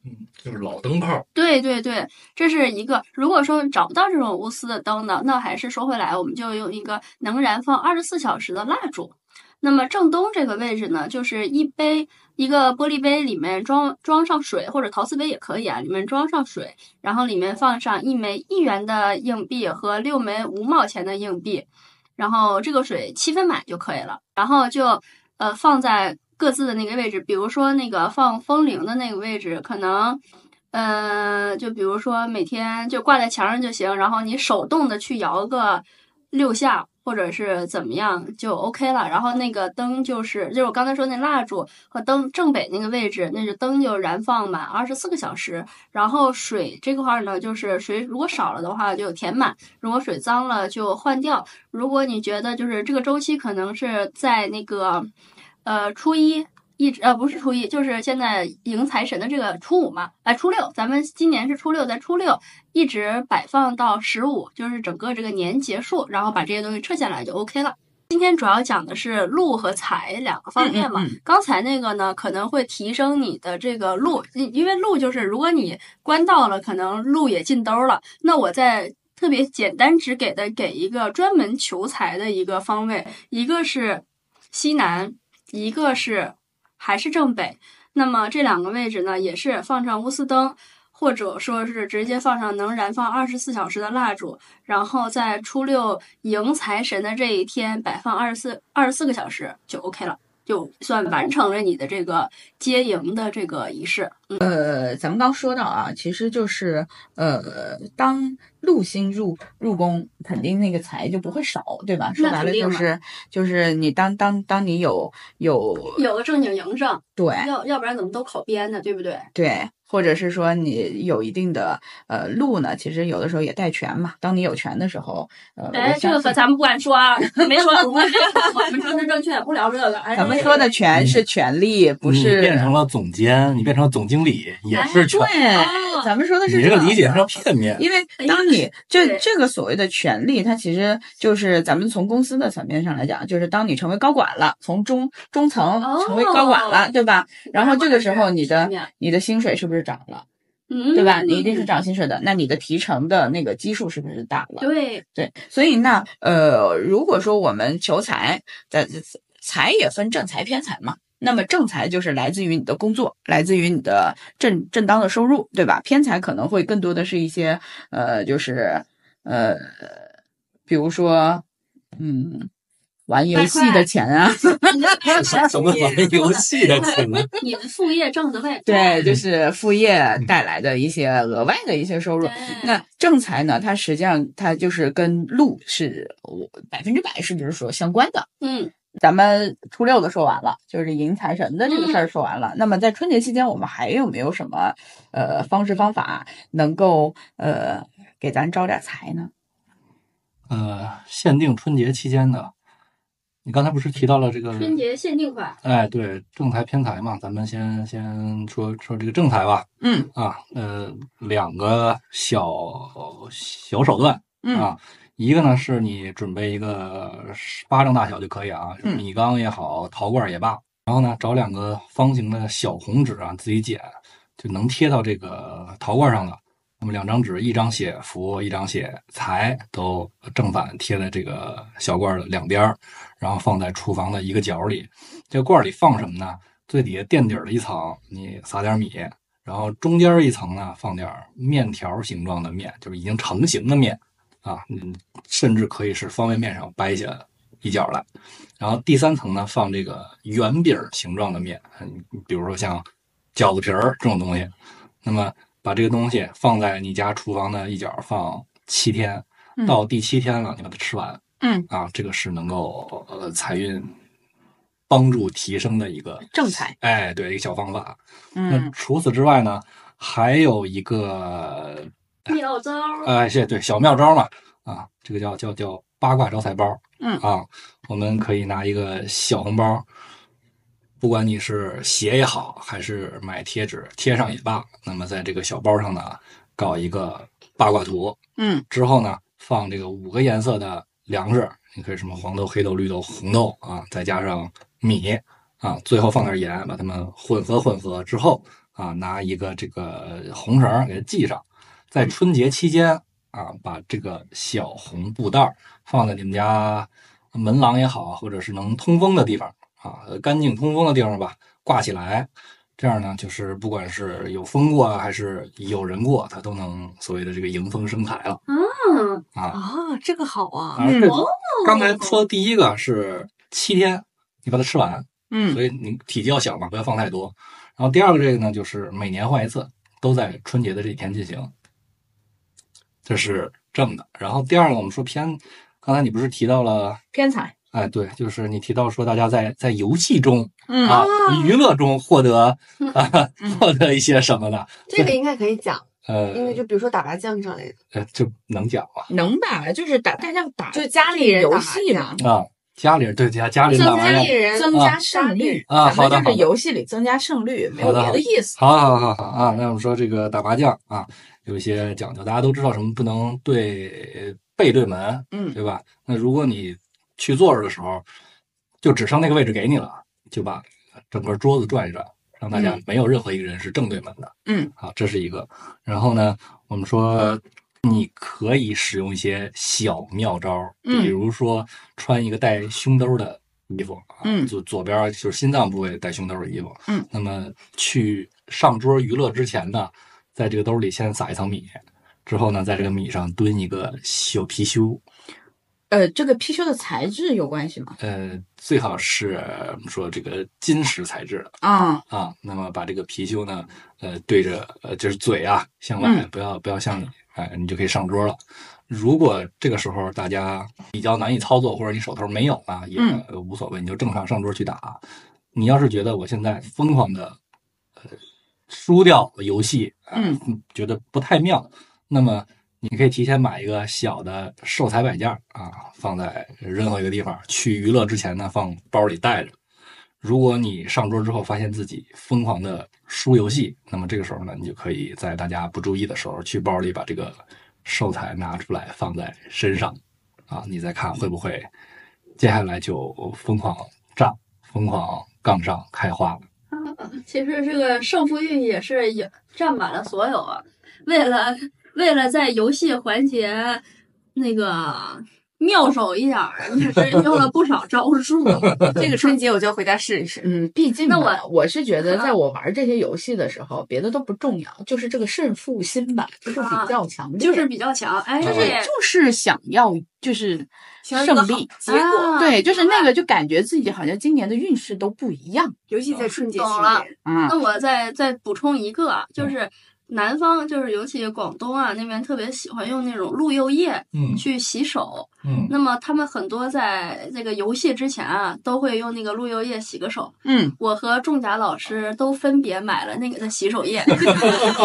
[SPEAKER 3] 嗯，就是老灯泡，
[SPEAKER 1] 对对对，这是一个。如果说找不到这种钨丝的灯呢，那还是说回来，我们就用一个能燃放二十四小时的蜡烛。那么正东这个位置呢，就是一杯一个玻璃杯里面装装上水，或者陶瓷杯也可以啊，里面装上水，然后里面放上一枚一元的硬币和六枚五毛钱的硬币，然后这个水七分满就可以了，然后就呃放在各自的那个位置，比如说那个放风铃的那个位置，可能。呃，就比如说每天就挂在墙上就行，然后你手动的去摇个六下，或者是怎么样就 OK 了。然后那个灯就是，就是我刚才说那蜡烛和灯正北那个位置，那是灯就燃放满二十四个小时。然后水这块儿呢，就是水如果少了的话就填满，如果水脏了就换掉。如果你觉得就是这个周期可能是在那个呃初一一直呃不是初一，就是现在迎财神的这个初五嘛，哎、初六，咱们今年是初六，在初六一直摆放到十五，就是整个这个年结束，然后把这些东西撤下来就 OK 了。今天主要讲的是禄和财两个方面嘛，
[SPEAKER 5] 嗯嗯
[SPEAKER 1] 刚才那个呢可能会提升你的这个禄，因因为禄就是如果你关到了，可能禄也进兜了。那我在特别简单只给的给一个专门求财的一个方位，一个是西南，一个是还是正北。那么这两个位置呢，也是放上钨丝灯，或者说是直接放上能燃放二十四小时的蜡烛，然后在初六迎财神的这一天摆放二十四二十四个小时就 OK 了，就算完成了你的这个接迎的这个仪式。
[SPEAKER 5] 呃，咱们刚说到啊，其实就是呃，当禄星入入宫，肯定那个财就不会少，对吧？说
[SPEAKER 1] 那
[SPEAKER 5] 白
[SPEAKER 1] 肯
[SPEAKER 5] 了就
[SPEAKER 1] 定
[SPEAKER 5] 是就是你当当当你有有
[SPEAKER 1] 有个正经营生，
[SPEAKER 5] 对
[SPEAKER 1] 要要不然怎么都考编呢？对不对？
[SPEAKER 5] 对，或者是说你有一定的呃路呢，其实有的时候也带权嘛。当你有权的时候，呃，我
[SPEAKER 1] 哎，这
[SPEAKER 5] 相
[SPEAKER 1] 个
[SPEAKER 5] 信
[SPEAKER 1] 可咱们不敢说啊，没说我们 (laughs) 我们政治正确不聊这个，哎
[SPEAKER 5] 咱们说的权是权利，不
[SPEAKER 3] 你
[SPEAKER 5] 是
[SPEAKER 3] 嗯变成了总监，你变成了总经理，也
[SPEAKER 2] 哎啊
[SPEAKER 3] 是全。
[SPEAKER 1] 哦
[SPEAKER 5] 对，咱们说的是
[SPEAKER 3] 你这个
[SPEAKER 5] 样
[SPEAKER 3] 理解
[SPEAKER 5] 的
[SPEAKER 3] 非常片面，
[SPEAKER 5] 因为
[SPEAKER 1] 哎
[SPEAKER 5] 当你这
[SPEAKER 1] 对
[SPEAKER 5] 这个所谓的权利，它其实就是咱们从公司的层面上来讲，就是当你成为高管了，从中中层
[SPEAKER 1] 哦
[SPEAKER 5] 成为高管了，对吧？然后这个时候你的
[SPEAKER 1] 明白
[SPEAKER 5] 你的薪水是不是涨了，
[SPEAKER 1] 嗯，
[SPEAKER 5] 对吧？你一定是涨薪水的，那你的提成的那个基数是不是大了？ (laughs)
[SPEAKER 1] 对，
[SPEAKER 5] 对，所以那呃，如果说我们求财，在财也分正财偏财嘛。那么正财就是来自于你的工作，来自于你的正正当的收入，对吧？偏财可能会更多的是一些呃，就是呃，比如说嗯，玩游戏的钱 (laughs) 啊，
[SPEAKER 3] (laughs) 什么玩游戏啊的可能？
[SPEAKER 1] 你的副业挣的呗。
[SPEAKER 5] 对，就是副业带来的一些额外的一些收入
[SPEAKER 1] 对。
[SPEAKER 5] 那正财呢，它实际上它就是跟禄是我百分之百是就是说相关的。
[SPEAKER 1] 嗯，
[SPEAKER 5] 咱们初六的说完了，就是迎财神的这个事儿说完了。那么在春节期间，我们还有没有什么呃方式方法能够呃给咱招点财呢？
[SPEAKER 3] 呃，限定春节期间的，你刚才不是提到了这个
[SPEAKER 1] 春节限定款，
[SPEAKER 3] 哎，对，正财偏财嘛，咱们先先说说这个正财吧。
[SPEAKER 5] 嗯
[SPEAKER 3] 啊，呃，两个小小手段
[SPEAKER 5] 嗯
[SPEAKER 3] 啊，一个呢是你准备一个巴掌大小就可以啊，
[SPEAKER 5] 嗯
[SPEAKER 3] 米缸也好，陶罐也罢，然后呢找两个方形的小红纸啊，自己剪，就能贴到这个陶罐上了。那么两张纸，一张写福，一张写财，都正反贴在这个小罐儿的两边儿，然后放在厨房的一个角里。这个罐儿里放什么呢？最底下垫底儿的一层，你撒点米，然后中间儿一层呢放点儿面条形状的面，就是已经成型的面啊，嗯，甚至可以是方便面上掰下一角来。然后第三层呢放这个圆饼儿形状的面，嗯，比如说像饺子皮儿这种东西。那么把这个东西放在你家厨房的一角放七天，
[SPEAKER 5] 嗯
[SPEAKER 3] 到第七天了，你把它吃完。
[SPEAKER 5] 嗯
[SPEAKER 3] 啊，这个是能够呃财运帮助提升的一个
[SPEAKER 5] 正财。
[SPEAKER 3] 哎，对，一个小方法。那
[SPEAKER 5] 嗯
[SPEAKER 3] 除此之外呢，还有一个
[SPEAKER 1] 妙招儿。
[SPEAKER 3] 哎，谢对小妙招嘛，啊，这个叫叫叫八卦招财包，
[SPEAKER 5] 嗯
[SPEAKER 3] 啊，我们可以拿一个小红包，不管你是写也好，还是买贴纸贴上也罢，那么在这个小包上呢，搞一个八卦图，
[SPEAKER 5] 嗯，
[SPEAKER 3] 之后呢，放这个五个颜色的粮食，你可以什么黄豆、黑豆、绿豆、红豆啊，再加上米啊，最后放点盐，把它们混合混合之后啊，拿一个这个红绳儿给它系上，在春节期间啊，把这个小红布袋儿放在你们家门廊也好，啊或者是能通风的地方啊，呃干净通风的地方吧，挂起来。这样呢，就是不管是有风过啊，还是有人过，它都能所谓的这个迎风生财了。
[SPEAKER 1] 嗯，
[SPEAKER 3] 啊。
[SPEAKER 2] 啊，这个好啊，
[SPEAKER 3] 而且
[SPEAKER 1] 哦
[SPEAKER 3] 刚才说第一个是七天，你把它吃完，
[SPEAKER 5] 嗯
[SPEAKER 3] 所以你体积要小嘛，不要放太多。然后第二个这个呢，就是每年换一次，都在春节的这几天进行，这是正的。然后第二个我们说偏，刚才你不是提到了，
[SPEAKER 5] 偏财。
[SPEAKER 3] 哎，对，就是你提到说大家在在游戏中
[SPEAKER 5] 嗯
[SPEAKER 3] 啊、娱乐中获得啊
[SPEAKER 5] 嗯
[SPEAKER 3] 获得一些什么呢？
[SPEAKER 2] 这个应该可以讲，因
[SPEAKER 3] 呃
[SPEAKER 2] 为就比如说打麻将之类的，
[SPEAKER 3] 呃，就能讲吗？
[SPEAKER 5] 能吧？就是打大家打
[SPEAKER 2] 就家里人
[SPEAKER 5] 游
[SPEAKER 2] 打
[SPEAKER 5] 戏嘛，
[SPEAKER 3] 啊，家里人对家家里人
[SPEAKER 2] 像
[SPEAKER 3] 打麻
[SPEAKER 2] 家
[SPEAKER 3] 将
[SPEAKER 2] 里，人
[SPEAKER 5] 增加胜率
[SPEAKER 3] 啊
[SPEAKER 5] 咱们
[SPEAKER 3] 好的好
[SPEAKER 5] 就
[SPEAKER 3] 的
[SPEAKER 5] 是游戏里增加胜率，没有别
[SPEAKER 3] 好
[SPEAKER 5] 的
[SPEAKER 3] 的
[SPEAKER 5] 意思。
[SPEAKER 3] 好好好好啊，那我们说这个打麻将啊，有一些讲究，大家都知道什么不能对呃背对门，
[SPEAKER 5] 嗯
[SPEAKER 3] 对吧？那如果你去坐着的时候，就只剩那个位置给你了，就把整个桌子转一转，让大家没有任何一个人是正对门的。
[SPEAKER 5] 嗯，
[SPEAKER 3] 好，这是一个。然后呢，我们说你可以使用一些小妙招，
[SPEAKER 5] 嗯
[SPEAKER 3] 比如说穿一个带胸兜的衣服，啊
[SPEAKER 5] 嗯
[SPEAKER 3] 左左边就是心脏部位带胸兜的衣服，
[SPEAKER 5] 嗯，
[SPEAKER 3] 那么去上桌娱乐之前呢，在这个兜里先撒一层米，之后呢，在这个米上蹲一个小貔貅，
[SPEAKER 5] 呃，这个貔貅的材质有关系吗？
[SPEAKER 3] 呃，最好是呃我们说这个金石材质的。
[SPEAKER 5] 啊，
[SPEAKER 3] 啊，那么把这个貔貅呢，呃，对着呃就是嘴啊向外，
[SPEAKER 5] 嗯
[SPEAKER 3] 不要不要向里，哎，你就可以上桌了。如果这个时候大家比较难以操作，或者你手头没有啊，也
[SPEAKER 5] 嗯
[SPEAKER 3] 呃无所谓，你就正常上桌去打。你要是觉得我现在疯狂的呃输掉游戏，啊
[SPEAKER 5] 嗯，
[SPEAKER 3] 觉得不太妙，那么你可以提前买一个小的寿材摆件儿啊，放在任何一个地方。去娱乐之前呢，放包里带着。如果你上桌之后发现自己疯狂的输游戏，那么这个时候呢，你就可以在大家不注意的时候，去包里把这个寿材拿出来放在身上，啊，你再看会不会接下来就疯狂涨、疯狂杠上开花了。
[SPEAKER 1] 其实这个胜负欲也是也占满了所有啊。为了为了在游戏环节那个妙手一点儿，也是用了不少招数。
[SPEAKER 2] 这个春节我就要回家试一试。
[SPEAKER 5] 嗯，毕竟
[SPEAKER 1] 那
[SPEAKER 5] 吧我是觉得，在我玩这些游戏的时候，别的都不重要，就是这个胜负心吧，就是比较强烈，
[SPEAKER 1] 就是比较强，哎，
[SPEAKER 3] 就
[SPEAKER 5] 就是是就是想要就是
[SPEAKER 2] 想要有个
[SPEAKER 5] 胜
[SPEAKER 2] 好
[SPEAKER 5] 利，
[SPEAKER 2] 结果，
[SPEAKER 1] 啊
[SPEAKER 5] 对，就是那个就感觉自己好像今年的运势都不一样。
[SPEAKER 2] 尤其在春节期
[SPEAKER 1] 懂了
[SPEAKER 2] 间，
[SPEAKER 5] 啊，
[SPEAKER 1] 那我再再补充一个啊，就是南方就是尤其广东啊那边特别喜欢用那种鹿柚叶
[SPEAKER 3] 嗯
[SPEAKER 1] 去洗手，
[SPEAKER 3] 嗯
[SPEAKER 1] 那么他们很多在这个游戏之前啊，都会用那个鹿柚叶洗个手。
[SPEAKER 5] 嗯，
[SPEAKER 1] 我和仲甲老师都分别买了那个的洗手
[SPEAKER 5] (laughs)
[SPEAKER 1] 液，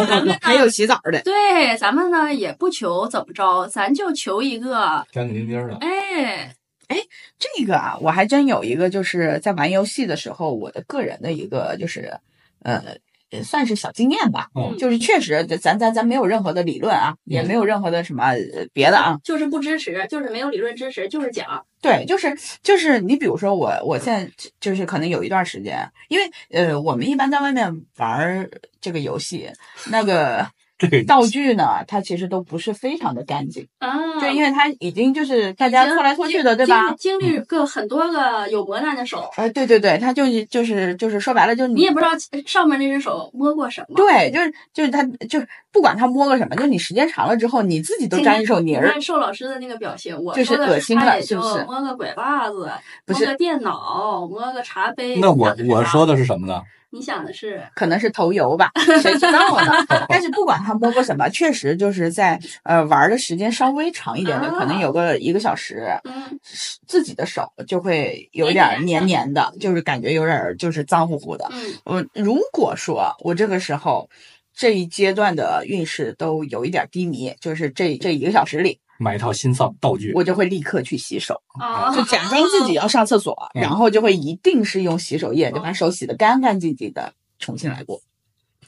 [SPEAKER 1] 咱们
[SPEAKER 6] 还有洗澡的，
[SPEAKER 1] 对咱们呢也不求怎么着，咱就求一个，
[SPEAKER 3] 干干净净的。
[SPEAKER 1] 哎，
[SPEAKER 5] 这个啊，我还真有一个，就是在玩游戏的时候，我的个人的一个就是，呃，也算是小经验吧。
[SPEAKER 3] 嗯
[SPEAKER 5] 就是确实，咱咱咱没有任何的理论啊，也没有任何的什么呃别的啊，
[SPEAKER 1] 就是不支持，就是没有理论支持，就是讲，
[SPEAKER 5] 对，就是就是你比如说我，我现在就就是可能有一段时间，因为呃，我们一般在外面玩儿这个游戏，
[SPEAKER 1] (laughs)
[SPEAKER 5] 那个
[SPEAKER 3] 这个
[SPEAKER 5] 道具呢，它其实都不是非常的干净，
[SPEAKER 1] 啊，
[SPEAKER 5] 就因为它已经就是大家搓来搓去的，对吧？嗯
[SPEAKER 1] 经经历过很多个有磨难的手，
[SPEAKER 5] 呃，对对对，它就是就是就是说白了，就是
[SPEAKER 1] 你也不知道上面那只手摸过什么，
[SPEAKER 5] 对，就是就是它就是不管它摸个什么，就是你时间长了之后，你自己都
[SPEAKER 1] 今
[SPEAKER 5] 沾
[SPEAKER 1] 天
[SPEAKER 5] 一手泥
[SPEAKER 1] 你
[SPEAKER 5] 儿
[SPEAKER 1] 看。寿老师的那个表情，我
[SPEAKER 5] 就是
[SPEAKER 1] 说的
[SPEAKER 5] 恶心
[SPEAKER 1] 他
[SPEAKER 5] 了
[SPEAKER 1] 也
[SPEAKER 5] 是不
[SPEAKER 1] 就是摸个拐把子，
[SPEAKER 5] 不
[SPEAKER 1] 摸
[SPEAKER 5] 是
[SPEAKER 1] 个电脑，摸个茶杯。
[SPEAKER 3] 那
[SPEAKER 1] 你
[SPEAKER 3] 我
[SPEAKER 1] 想的是啊
[SPEAKER 3] 我
[SPEAKER 1] 啥
[SPEAKER 3] 说，的是什么呢？
[SPEAKER 1] 你想的是
[SPEAKER 5] 可能是头油吧，谁知道呢？但是不管他摸过什么，确实就是在呃玩的时间稍微长一点的，
[SPEAKER 1] 啊
[SPEAKER 5] 可能有个一个小时，
[SPEAKER 1] 嗯，
[SPEAKER 5] 自己的手就会有点儿黏黏的，就是感觉有点儿就是脏乎乎的。
[SPEAKER 1] 嗯
[SPEAKER 5] 我如果说我这个时候这一阶段的运势都有一点低迷，就是这这一个小时里，
[SPEAKER 3] 买一套新造道具，
[SPEAKER 5] 我就会立刻去洗手，
[SPEAKER 1] 啊，
[SPEAKER 5] 就假装自己要上厕所，
[SPEAKER 3] 嗯
[SPEAKER 5] 然后就会一定是用洗手液就把手洗得干干净净的，重新来过。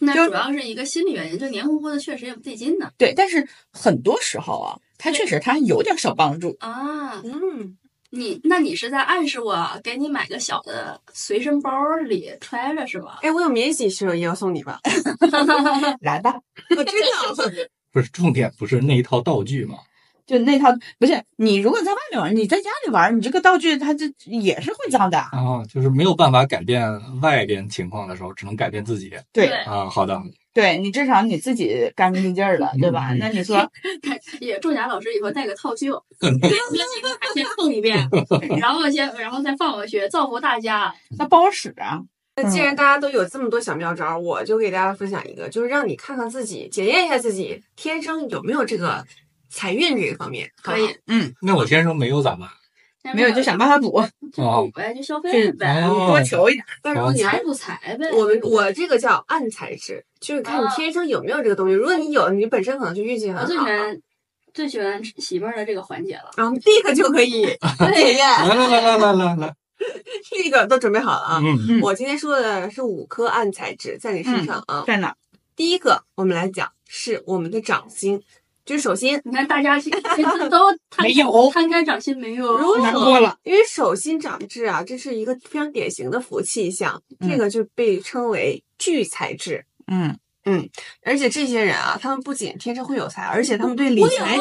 [SPEAKER 5] 就
[SPEAKER 1] 那主要是一个心理原因，就黏糊糊的，确实也不对劲呢
[SPEAKER 5] 对，但是很多时候啊，它确实它有点小帮助。
[SPEAKER 1] 啊。
[SPEAKER 2] 嗯，
[SPEAKER 1] 你那你是在暗示我给你买个小的随身包里揣着是吧？
[SPEAKER 2] 哎，我有免洗洗手液，我送你吧。
[SPEAKER 5] 来吧，
[SPEAKER 2] 我真的，
[SPEAKER 3] 不是重点，不是那一套道具嘛？
[SPEAKER 5] (laughs) 就那套不是你如果在外面玩，你在家里玩，你这个道具它这也是会脏的。
[SPEAKER 3] 啊，就是没有办法改变外边情况的时候，只能改变自己
[SPEAKER 5] 对
[SPEAKER 1] 对
[SPEAKER 3] 啊。好的，
[SPEAKER 5] 对，你至少你自己干干净净儿的，对吧？
[SPEAKER 3] 嗯
[SPEAKER 5] 那你 (laughs) 说，
[SPEAKER 1] 也仲甲老师以后带个套
[SPEAKER 2] (laughs)
[SPEAKER 1] 袖，还先蹭一遍，然后先然后再放回去，造福大家。
[SPEAKER 5] 那不好使啊。
[SPEAKER 2] 那既然大家都有这么多小妙招，我就给大家分享一个，就是让你看看自己，检验一下自己天生有没有这个财运这一方面。
[SPEAKER 1] 可以
[SPEAKER 2] 好吧，
[SPEAKER 3] 那我天生没有咋办？
[SPEAKER 1] 但是
[SPEAKER 5] 没有就想办法补，
[SPEAKER 1] 就
[SPEAKER 3] 哦
[SPEAKER 1] 补呗，就消费呗，
[SPEAKER 3] 哦
[SPEAKER 5] 多求一点。
[SPEAKER 2] 但如果你还
[SPEAKER 1] 财不财呗。
[SPEAKER 2] 啊我们我这个叫暗财制，就是看你天生有没有这个东西。如果你有，你本身可能就运气很
[SPEAKER 1] 啊我最喜
[SPEAKER 2] 好啊，
[SPEAKER 1] 欢最喜欢媳妇儿的这个环节
[SPEAKER 2] (laughs)
[SPEAKER 1] 了。
[SPEAKER 2] 然后立刻就
[SPEAKER 1] (laughs)
[SPEAKER 2] 可以 (laughs) 检验，
[SPEAKER 3] 来来来来来来来，
[SPEAKER 2] 立刻都准备好了啊。
[SPEAKER 3] 嗯，
[SPEAKER 2] 我今天说的是五颗暗财痣在你
[SPEAKER 5] 嗯
[SPEAKER 2] 身上啊。
[SPEAKER 5] 在哪？
[SPEAKER 2] 第一个，我们来讲是我们的掌心，就是手心，
[SPEAKER 1] 你看大家现在都摊
[SPEAKER 5] 没有
[SPEAKER 1] 摊开掌心没有，
[SPEAKER 2] 如果
[SPEAKER 5] 难过了，
[SPEAKER 2] 因为手心长痣啊，这是一个非常典型的福气象，这个就被称为聚财痣。
[SPEAKER 5] 嗯，
[SPEAKER 2] 而且这些人啊，他们不仅天生会有财，而且他们对理财，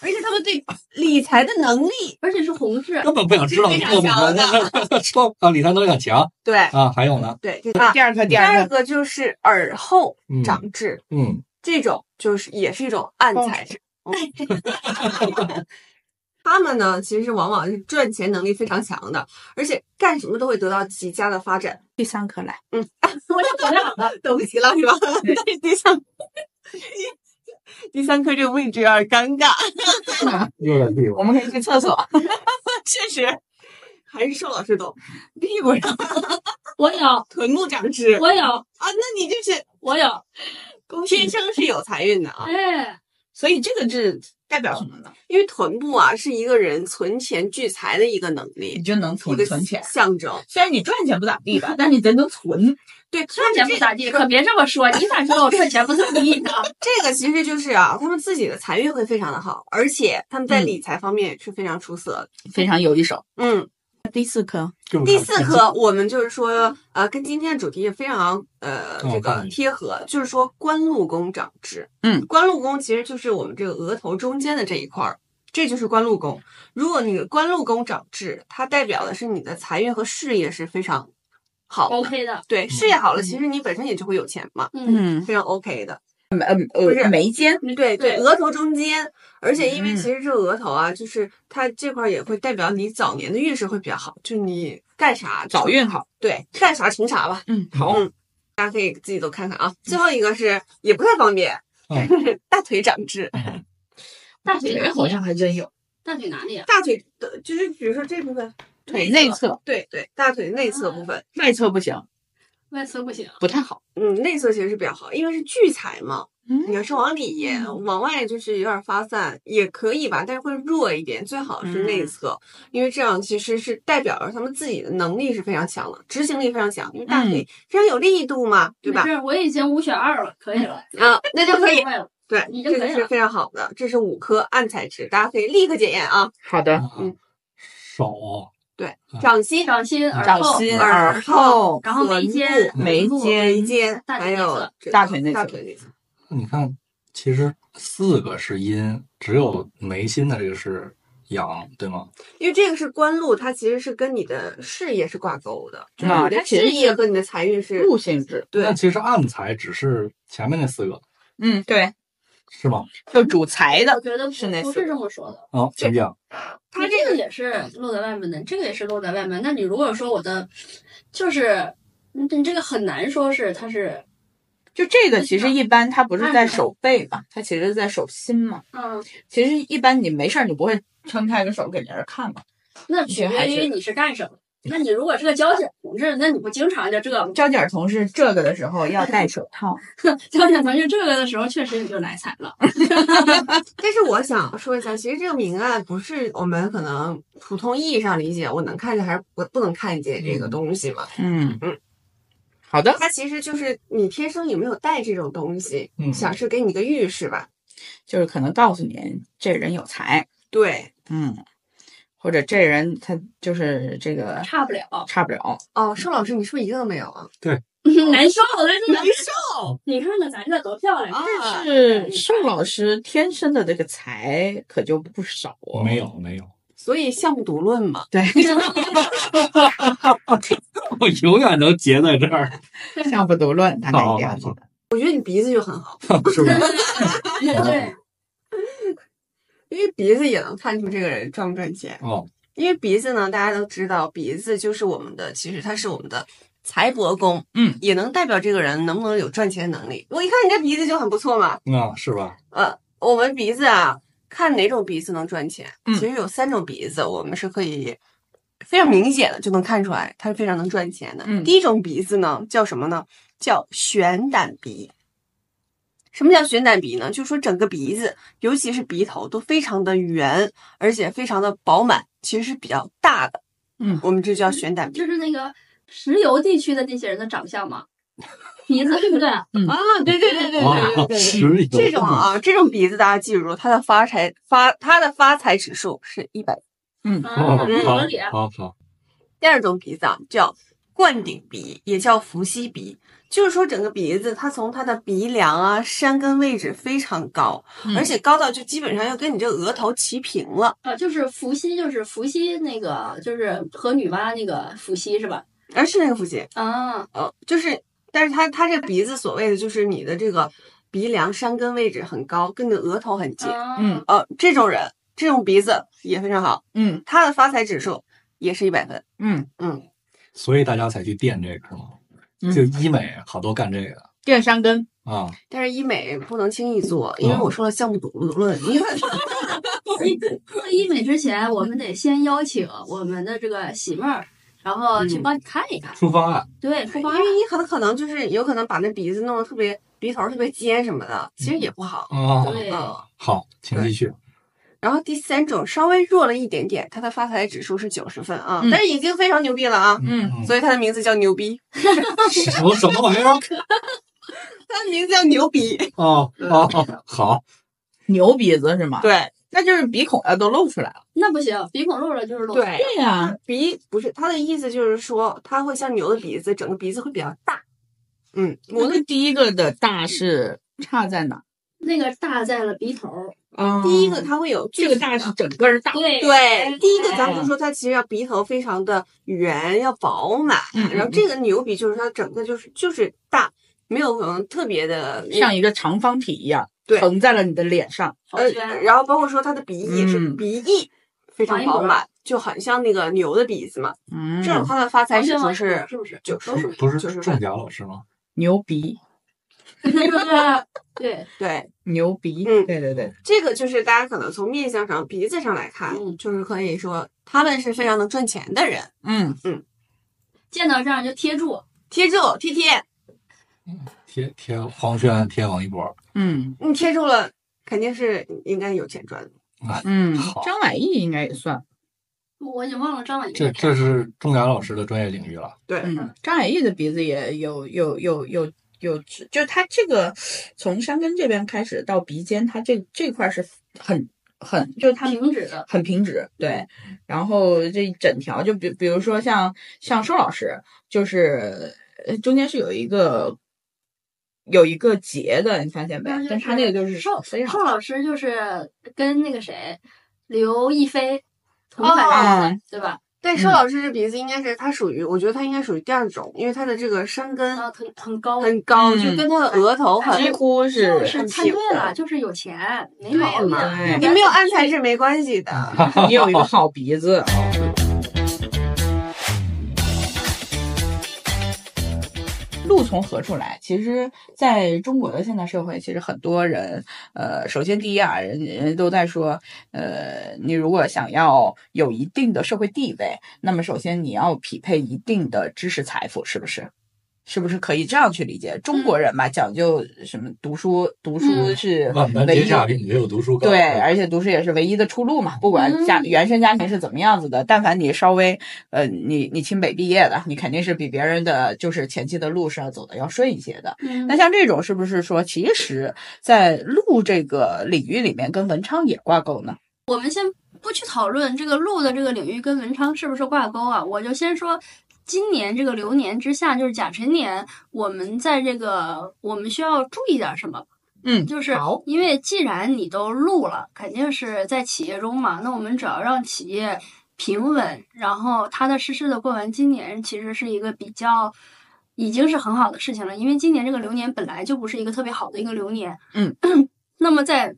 [SPEAKER 2] 而且他们对理财的能力，
[SPEAKER 1] 而且是红痣，
[SPEAKER 3] 根本不想知道
[SPEAKER 2] 非常
[SPEAKER 3] 做不
[SPEAKER 2] 强
[SPEAKER 3] 做， (laughs) 说啊，李三能想强
[SPEAKER 2] 对
[SPEAKER 3] 啊。还有呢，
[SPEAKER 2] 对，这个啊
[SPEAKER 5] 第二颗，
[SPEAKER 2] 第
[SPEAKER 5] 第
[SPEAKER 2] 二
[SPEAKER 5] 二颗，
[SPEAKER 2] 个就是耳后
[SPEAKER 3] 嗯
[SPEAKER 2] 长痣，
[SPEAKER 3] 嗯，
[SPEAKER 2] 这种就是也是一种暗财痣。 (laughs) 他们呢，其实往往是赚钱能力非常强的，而且干什么都会得到极佳的发展。
[SPEAKER 5] 第三颗来。
[SPEAKER 2] 我也想好 (laughs) 了，等不及了是吧？ (laughs) 第三，第三颗这个位置有点尴尬，
[SPEAKER 3] 又有地
[SPEAKER 5] (laughs) 我
[SPEAKER 3] 方。
[SPEAKER 5] 们可以去厕所，
[SPEAKER 2] (laughs)
[SPEAKER 5] 啊
[SPEAKER 2] 确实 (laughs) 还是寿老师懂。
[SPEAKER 5] 屁股上
[SPEAKER 1] 我有，
[SPEAKER 2] 臀部长痣
[SPEAKER 1] 我有，
[SPEAKER 2] 啊，那你就是
[SPEAKER 1] 我有，
[SPEAKER 2] 天生是有财运的 (laughs) 啊，
[SPEAKER 1] 哎，
[SPEAKER 5] 所以这个是代表什么呢？
[SPEAKER 2] 因为臀部啊是一个人存钱聚财的一个能
[SPEAKER 5] 你
[SPEAKER 2] 力，
[SPEAKER 5] 就能
[SPEAKER 2] 一
[SPEAKER 5] 存
[SPEAKER 2] 个
[SPEAKER 5] 存钱，
[SPEAKER 2] 象征。
[SPEAKER 5] 虽然你赚钱不咋地吧，但你咱能存。
[SPEAKER 2] 对，
[SPEAKER 1] 赚钱不咋地，可别这么说，你咋知道我赚钱不咋地呢？
[SPEAKER 2] 这个其实就是啊，他们自己的财运会非常的好，而且他们在
[SPEAKER 5] 嗯
[SPEAKER 2] 理财方面是非常出色的。
[SPEAKER 5] 非常有一手。
[SPEAKER 2] 嗯，
[SPEAKER 5] 第四颗，
[SPEAKER 3] 这么
[SPEAKER 2] 第
[SPEAKER 3] 看
[SPEAKER 2] 四颗我们就是说，呃，跟今天的主题也非常呃
[SPEAKER 3] 哦
[SPEAKER 2] 这
[SPEAKER 3] 我
[SPEAKER 2] 个
[SPEAKER 3] 看你
[SPEAKER 2] 贴合，就是说官禄宫长痣。
[SPEAKER 5] 嗯，
[SPEAKER 2] 官禄宫其实就是我们这个额头中间的这一块儿。这就是官禄宫。如果你的官禄宫长痣，它代表的是你的财运和事业是非常好
[SPEAKER 1] (laughs)
[SPEAKER 2] 的。
[SPEAKER 1] OK 的，
[SPEAKER 2] 对，事业好了，其实你本身也就会有钱嘛，
[SPEAKER 1] 嗯，
[SPEAKER 5] 嗯，
[SPEAKER 2] 非常 OK 的。
[SPEAKER 5] 呃，眉间，
[SPEAKER 2] 嗯对
[SPEAKER 1] 对
[SPEAKER 2] 对，额头中间，而且因为
[SPEAKER 5] 嗯
[SPEAKER 2] 其实这个额头啊，就是它这块儿也会代表你早年的运势会比较好，就你干啥
[SPEAKER 5] 早，运好。
[SPEAKER 2] 对，干啥成啥吧。
[SPEAKER 5] 嗯，
[SPEAKER 3] 好
[SPEAKER 2] 嗯大家可以自己都看看啊。最后一个是也不太方便，
[SPEAKER 3] 嗯
[SPEAKER 2] 大腿长痣，
[SPEAKER 1] 大腿
[SPEAKER 6] 这
[SPEAKER 1] 哪
[SPEAKER 6] 个
[SPEAKER 1] 里？
[SPEAKER 6] 好像还真有，
[SPEAKER 1] 大腿哪里啊？
[SPEAKER 2] 大腿的就是比如说这部分
[SPEAKER 6] 腿内
[SPEAKER 2] 侧，哦
[SPEAKER 6] 侧、
[SPEAKER 2] 对对，大腿内侧部分，
[SPEAKER 6] 外侧不行，
[SPEAKER 1] 外侧不行。
[SPEAKER 6] 不太好。
[SPEAKER 2] 嗯，内侧其实是比较好，因为是聚财嘛，你
[SPEAKER 6] 嗯
[SPEAKER 2] 要是往里往外就是有点发散也可以吧，但是会弱一点，最好是内侧，因为这样其实是代表着他们自己的能力是非常强的，执行力非常强，因为大腿非常有力度嘛，对吧
[SPEAKER 1] 没？事，我已经五选二了， (laughs) 可以了，
[SPEAKER 2] 啊，那就可以
[SPEAKER 1] 不，会了
[SPEAKER 2] 对，
[SPEAKER 1] 已经
[SPEAKER 2] 这
[SPEAKER 1] 可
[SPEAKER 2] 个
[SPEAKER 1] 以
[SPEAKER 2] 是
[SPEAKER 1] 了
[SPEAKER 2] 非常好的，这是五颗暗彩痣，大家可以立刻检验啊。
[SPEAKER 6] 好的，
[SPEAKER 2] 嗯
[SPEAKER 3] 手
[SPEAKER 2] 对
[SPEAKER 3] 啊，
[SPEAKER 2] 掌心、
[SPEAKER 1] 掌心、
[SPEAKER 6] 掌
[SPEAKER 1] 耳后、
[SPEAKER 6] 心
[SPEAKER 2] 耳
[SPEAKER 6] 耳
[SPEAKER 2] 后
[SPEAKER 1] 后，然后
[SPEAKER 2] 臀
[SPEAKER 1] 眉
[SPEAKER 2] 部
[SPEAKER 1] 间、
[SPEAKER 6] 眉
[SPEAKER 1] 臀部
[SPEAKER 6] 间
[SPEAKER 2] 眉间，
[SPEAKER 1] 大腿
[SPEAKER 2] 还
[SPEAKER 1] 内侧
[SPEAKER 2] 有这个
[SPEAKER 6] 大腿内侧
[SPEAKER 2] 大腿内侧。
[SPEAKER 3] 你看，其实四个是阴，只有眉心的这个是阳，对吗？
[SPEAKER 2] 因为这个是官禄，它其实是跟你的事业是挂钩的，就是
[SPEAKER 6] 啊
[SPEAKER 2] 你的
[SPEAKER 6] 它其实
[SPEAKER 2] 事业和你的财运是
[SPEAKER 6] 路性质，
[SPEAKER 2] 对
[SPEAKER 3] 那其实暗财只是前面那四个，
[SPEAKER 6] 嗯，对，
[SPEAKER 3] 是吗？
[SPEAKER 6] 就主财
[SPEAKER 1] 我
[SPEAKER 6] 的，
[SPEAKER 1] 觉得不
[SPEAKER 6] 是那
[SPEAKER 1] 不
[SPEAKER 6] 四
[SPEAKER 1] 是
[SPEAKER 6] 个
[SPEAKER 1] 这么说的。
[SPEAKER 3] 哦，请讲。
[SPEAKER 1] 它这个也是露在外面的，这个也是露在外面。那你如果说我的，就是嗯你你这个很难说是它是，
[SPEAKER 6] 就这个其实一般它不是在手背嘛，它其实在手心嘛。
[SPEAKER 1] 嗯，
[SPEAKER 6] 其实一般你没事儿你不会撑开个手给别人看嘛，
[SPEAKER 1] 那取决于你是干什么。那你如果是个交警同志，那你不经常就这个吗？
[SPEAKER 6] 交警同事这个的时候要戴手套，
[SPEAKER 1] 交警同志这个的时候，确实也就来财了。
[SPEAKER 2] 但是我想说一下，其实这个明暗不是我们可能普通意义上理解，我能看见还是不不能看见这个东西嘛？
[SPEAKER 6] 嗯
[SPEAKER 2] 嗯，
[SPEAKER 6] 好的，
[SPEAKER 2] 它其实就是你天生有没有带这种东西，
[SPEAKER 3] 嗯
[SPEAKER 2] 想是给你个预示吧？
[SPEAKER 6] 就是可能告诉你这人有才，
[SPEAKER 2] 对，
[SPEAKER 6] 嗯，或者这人他就是这个
[SPEAKER 1] 差不了， (laughs)
[SPEAKER 6] 差不了，
[SPEAKER 2] 哦，盛老师，你是不是一个都没有啊？
[SPEAKER 1] 难受，难受，难受。
[SPEAKER 2] 受
[SPEAKER 1] 你看看咱这多漂亮！
[SPEAKER 2] 啊！
[SPEAKER 6] 是盛老师天生的这个才可就不少哦
[SPEAKER 3] 我没有，没有，
[SPEAKER 2] 所以项目独论嘛，
[SPEAKER 6] 对，
[SPEAKER 3] (laughs) 我永远能结在这儿，
[SPEAKER 6] 相不独论，
[SPEAKER 3] (laughs)
[SPEAKER 6] 大家一定要
[SPEAKER 3] 好好
[SPEAKER 6] 记
[SPEAKER 3] 好
[SPEAKER 6] 得。
[SPEAKER 2] 我觉得你鼻子就很好，
[SPEAKER 3] (laughs) 是吧？
[SPEAKER 1] 对，
[SPEAKER 2] 因为鼻子也能看出这个人赚不赚钱。
[SPEAKER 3] 哦，
[SPEAKER 2] 因为鼻子呢，大家都知道，鼻子就是我们的，其实它是我们的财帛宫，
[SPEAKER 6] 嗯，
[SPEAKER 2] 也能代表这个人能不能有赚钱能力。我一看你这鼻子就很不错嘛，
[SPEAKER 3] 那是吧？
[SPEAKER 2] 呃，我们鼻子啊，看哪种鼻子能赚钱，
[SPEAKER 6] 嗯
[SPEAKER 2] 其实有三种鼻子，我们是可以非常明显的就能看出来，它是非常能赚钱的。
[SPEAKER 6] 嗯
[SPEAKER 2] 第一种鼻子呢，叫什么呢？叫悬胆鼻。什么叫悬胆鼻呢？就是说整个鼻子，尤其是鼻头都非常的圆，而且非常的饱满，其实是比较大的。
[SPEAKER 6] 嗯
[SPEAKER 2] 我们这叫悬胆鼻
[SPEAKER 1] 就是那个石油地区的那些人的长相嘛，鼻子对不对？
[SPEAKER 2] 啊！对对对对
[SPEAKER 3] 哇，十有
[SPEAKER 2] 这种啊，这种鼻子大家记住，它的发财发它的发财指数是一百
[SPEAKER 3] 哦，
[SPEAKER 1] 嗯，合理。
[SPEAKER 3] 好好好，
[SPEAKER 2] 第二种鼻子啊，叫冠顶鼻，也叫伏羲鼻，就是说整个鼻子它从它的鼻梁啊、山根位置非常高，
[SPEAKER 6] 嗯
[SPEAKER 2] 而且高到就基本上要跟你这额头齐平了。
[SPEAKER 1] 啊，就是伏羲，就是伏羲那个，就是和女娲那个伏羲是吧？
[SPEAKER 2] 而是那个伏羲，
[SPEAKER 1] 啊，
[SPEAKER 2] 呃，就是，但是它它这鼻子所谓的就是你的这个鼻梁山根位置很高，跟你的额头很近。
[SPEAKER 1] 嗯
[SPEAKER 6] 嗯，
[SPEAKER 2] 呃，这种人这种鼻子也非常好，
[SPEAKER 6] 嗯
[SPEAKER 2] 他的发财指数也是一百分。
[SPEAKER 6] 嗯，
[SPEAKER 2] 嗯，
[SPEAKER 3] 所以大家才去垫这个是吗？
[SPEAKER 6] 嗯
[SPEAKER 3] 就医美好多干这个的
[SPEAKER 6] 电商根
[SPEAKER 3] 啊，
[SPEAKER 2] 但是医美不能轻易做，因为
[SPEAKER 3] 嗯
[SPEAKER 2] 我说了项目独论，因为
[SPEAKER 1] (laughs) 做医美之前，我们得先邀请我们的这个媳妇儿，然后去帮你看一看。
[SPEAKER 3] 出方案
[SPEAKER 1] 对，不
[SPEAKER 2] 因
[SPEAKER 1] 光
[SPEAKER 2] 为你很可能就是有可能把那鼻子弄得特别鼻头特别尖什么的，其实也不好。
[SPEAKER 3] 啊，
[SPEAKER 1] 对
[SPEAKER 2] 嗯，
[SPEAKER 3] 好，请继续。
[SPEAKER 2] 然后第三种稍微弱了一点点，它的发财指数是九十分啊，
[SPEAKER 6] 嗯
[SPEAKER 2] 但是已经非常牛逼了啊，
[SPEAKER 6] 嗯
[SPEAKER 3] 嗯，
[SPEAKER 2] 所以它的名字叫牛逼，
[SPEAKER 3] 什么什么玩意儿？
[SPEAKER 2] (laughs) 它的名字叫牛逼。
[SPEAKER 3] 嗯 (laughs) 哦哦哦，好，
[SPEAKER 6] 牛鼻子是吗？，
[SPEAKER 2] 对
[SPEAKER 6] 那就是鼻孔呃要都露出来了。
[SPEAKER 1] 那不行，鼻孔露了就是露。，
[SPEAKER 2] (laughs) 对，
[SPEAKER 6] 对呀，
[SPEAKER 2] 鼻不是它的意思就是说，它会像牛的鼻子，整个鼻子会比较大。嗯，
[SPEAKER 6] 我
[SPEAKER 2] 我
[SPEAKER 6] 的第一个的大是差在哪？
[SPEAKER 1] 那个大在了鼻头。
[SPEAKER 6] 啊
[SPEAKER 2] 第一个它会有
[SPEAKER 6] 这个大是整个儿大，
[SPEAKER 1] 对
[SPEAKER 2] 对，第一个咱
[SPEAKER 6] 哎
[SPEAKER 2] 们就说它其实要鼻头非常的圆，要饱满，
[SPEAKER 6] 嗯嗯
[SPEAKER 2] 然后这个牛鼻就是它整个就是就是大，没有可能特别的
[SPEAKER 6] 像一个长方体一样，
[SPEAKER 2] 对
[SPEAKER 6] 横在了你的脸上。
[SPEAKER 2] 呃
[SPEAKER 1] 好，圈
[SPEAKER 2] 然后包括说它的鼻翼是
[SPEAKER 6] 嗯
[SPEAKER 2] 鼻翼非常饱满，就很像那个牛的鼻子嘛。
[SPEAKER 6] 嗯
[SPEAKER 2] 这种它的发财指数
[SPEAKER 1] 是
[SPEAKER 2] 是
[SPEAKER 1] 是不是？
[SPEAKER 2] 九十
[SPEAKER 3] 不
[SPEAKER 2] 九十
[SPEAKER 3] 是仲
[SPEAKER 2] 分，
[SPEAKER 3] 甲老师吗？
[SPEAKER 5] 牛鼻，
[SPEAKER 1] (laughs) 对，
[SPEAKER 2] 对，
[SPEAKER 5] 牛鼻，
[SPEAKER 2] 嗯
[SPEAKER 5] 对对对，
[SPEAKER 2] 这个就是大家可能从面相上、鼻子上来看，
[SPEAKER 1] 嗯
[SPEAKER 2] 就是可以说他们是非常能赚钱的人。
[SPEAKER 5] 嗯，
[SPEAKER 1] 见到这样就贴住，
[SPEAKER 2] 贴住贴贴，
[SPEAKER 3] 贴贴黄轩贴王一博，
[SPEAKER 5] 嗯
[SPEAKER 2] 你贴住了，肯定是应该有钱赚的。
[SPEAKER 3] 啊
[SPEAKER 5] 嗯
[SPEAKER 3] 好，
[SPEAKER 5] 张晚意应该也算，
[SPEAKER 1] 我已经忘了张婉仪
[SPEAKER 3] 这
[SPEAKER 1] 的
[SPEAKER 3] 这是钟雅老师的专业领域了。
[SPEAKER 2] 对，
[SPEAKER 5] 嗯，张晚意的鼻子也有有有有有，就他这个从山根这边开始到鼻尖，他这这块是很很，就是他
[SPEAKER 1] 停止的，嗯
[SPEAKER 5] 很平直，对。然后这一整条，就比比如说像像寿老师，就是呃中间是有一个有一个结的，你发现没
[SPEAKER 1] 那就？
[SPEAKER 5] 但他
[SPEAKER 1] 是
[SPEAKER 5] 那个就是
[SPEAKER 1] 瘦
[SPEAKER 5] 非常
[SPEAKER 1] 寿老师就是跟那个谁刘亦菲同
[SPEAKER 2] 哦
[SPEAKER 1] 款的，对吧？
[SPEAKER 2] 对，
[SPEAKER 5] 嗯
[SPEAKER 2] 寿老师这鼻子应该是他属于，我觉得他应该属于第二种，因为他的这个山根
[SPEAKER 1] 然
[SPEAKER 5] 哦
[SPEAKER 1] 后啊很很高，
[SPEAKER 2] 嗯很高，
[SPEAKER 5] 嗯
[SPEAKER 2] 就跟他的额头很。
[SPEAKER 5] (laughs) 几乎
[SPEAKER 1] 就是是
[SPEAKER 2] 很
[SPEAKER 1] 猜
[SPEAKER 2] 平
[SPEAKER 1] 对了，就是有钱，没毛
[SPEAKER 2] 对
[SPEAKER 1] 病
[SPEAKER 2] 嘛。
[SPEAKER 5] 对
[SPEAKER 2] 你没有安才是没关系的。
[SPEAKER 5] (laughs) 你有一个好鼻子。路从何处来？其实，在中国的现代社会，其实很多人，呃，首先第一啊，人人都在说，呃，你如果想要有一定的社会地位，那么首先你要匹配一定的知识财富，是不是？是不是可以这样去理解？中国人嘛，讲究什么读书，读书是
[SPEAKER 3] 万般
[SPEAKER 5] 唯
[SPEAKER 3] 天
[SPEAKER 5] 一
[SPEAKER 3] 下比你这有读书高。
[SPEAKER 5] 对，而且读书也是唯一的出路嘛，不管家
[SPEAKER 1] 嗯
[SPEAKER 5] 原生家庭是怎么样子的，但凡你稍微，呃，你你清北毕业的，你肯定是比别人的就是前期的路是要走的要顺一些的。
[SPEAKER 1] 嗯
[SPEAKER 5] 那像这种是不是说，其实，在路这个领域里面跟文昌也挂钩呢？
[SPEAKER 1] 我们先不去讨论这个路的这个领域跟文昌是不是挂钩啊，我就先说。今年这个流年之下，就是甲辰年，我们在这个我们需要注意点什么？
[SPEAKER 5] 嗯
[SPEAKER 1] 就是
[SPEAKER 5] 好
[SPEAKER 1] 因为既然你都录了，肯定是在企业中嘛，那我们只要让企业平稳，然后踏踏实实的过完今年，其实是一个比较已经是很好的事情了。因为今年这个流年本来就不是一个特别好的一个流年，
[SPEAKER 5] 嗯，
[SPEAKER 1] (clears throat) 那么在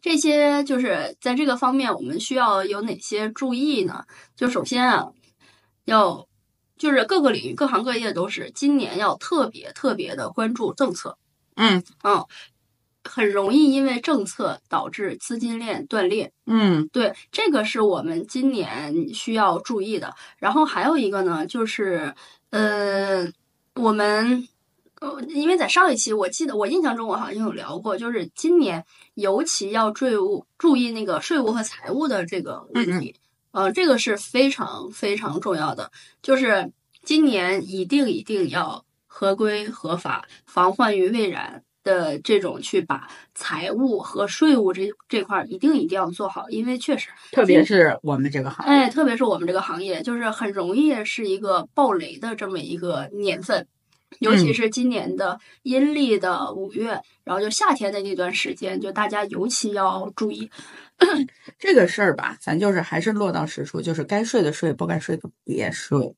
[SPEAKER 1] 这些就是在这个方面，我们需要有哪些注意呢？就首先啊，要就是各个领域、各行各业都是今年要特别特别的关注政策。
[SPEAKER 5] 嗯
[SPEAKER 1] 嗯，很容易因为政策导致资金链断裂。
[SPEAKER 5] 嗯
[SPEAKER 1] 对，这个是我们今年需要注意的。然后还有一个呢，就是呃，我们。呃，因为在上一期，我记得我印象中我好像有聊过，就是今年尤其要注意注意那个税务和财务的这个问题，呃，这个是非常非常重要的。就是今年一定一定要合规合法，防患于未然的这种去把财务和税务这这块儿一定一定要做好，因为确实，
[SPEAKER 5] 特别是我们这个行业，
[SPEAKER 1] 哎，特别是我们这个行业，就是很容易是一个暴雷的这么一个年份。尤其
[SPEAKER 5] 嗯
[SPEAKER 1] 是今年的阴历的五月，然后就夏天的那段时间，就大家尤其要注意。
[SPEAKER 5] 这个事儿吧，咱就是还是落到实处，就是该税的税，不该税的
[SPEAKER 1] (laughs)
[SPEAKER 5] 别税。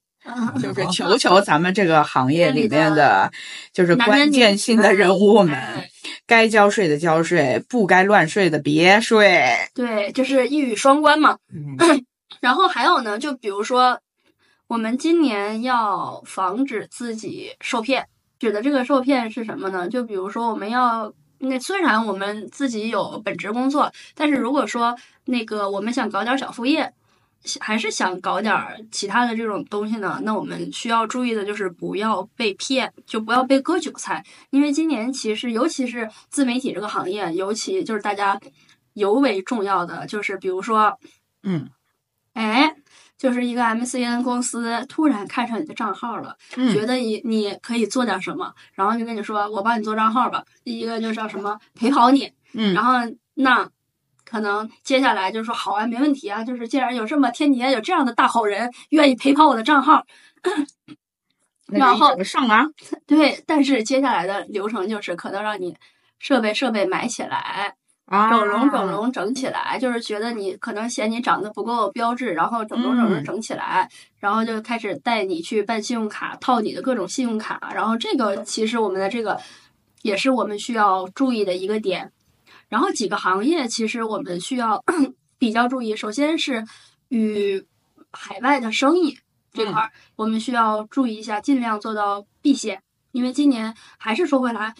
[SPEAKER 5] 就是求求咱们这个行业里面的，就是关键性的人物们，
[SPEAKER 1] (laughs)
[SPEAKER 5] 该交税的交税，不该乱税的别税。
[SPEAKER 1] 对，就是一语双关嘛。
[SPEAKER 5] 嗯
[SPEAKER 1] 然后还有呢，就比如说，我们今年要防止自己受骗，指的这个受骗是什么呢？就比如说，我们要那虽然我们自己有本职工作，但是如果说那个我们想搞点小副业，还是想搞点儿其他的这种东西呢，那我们需要注意的就是不要被骗，就不要被割韭菜。因为今年其实尤其是自媒体这个行业，尤其就是大家尤为重要的就是比如说，
[SPEAKER 5] 嗯，
[SPEAKER 1] 哎。就是一个 MCN 公司突然看上你的账号了，
[SPEAKER 5] 嗯
[SPEAKER 1] 觉得你你可以做点什么，然后就跟你说我帮你做账号吧。第一个就叫什么陪跑你，
[SPEAKER 5] 嗯
[SPEAKER 1] 然后那可能接下来就说好啊，没问题啊，就是既然有这么天底下有这样的大好人愿意陪跑我的账号，然后
[SPEAKER 5] 上啊，
[SPEAKER 1] 对，但是接下来的流程就是可能让你设备设备买起来，
[SPEAKER 5] 啊
[SPEAKER 1] 整容整，容整起来，就是觉得你可能嫌你长得不够标致，然后整容整容
[SPEAKER 5] 嗯
[SPEAKER 1] 整起来，然后就开始带你去办信用卡，套你的各种信用卡，然后这个其实我们的这个也是我们需要注意的一个点。然后几个行业其实我们需要 (clears throat) 比较注意，首先是与海外的生意这块儿，我们需要注意一下，尽量做到避险。因为今年还是说回来，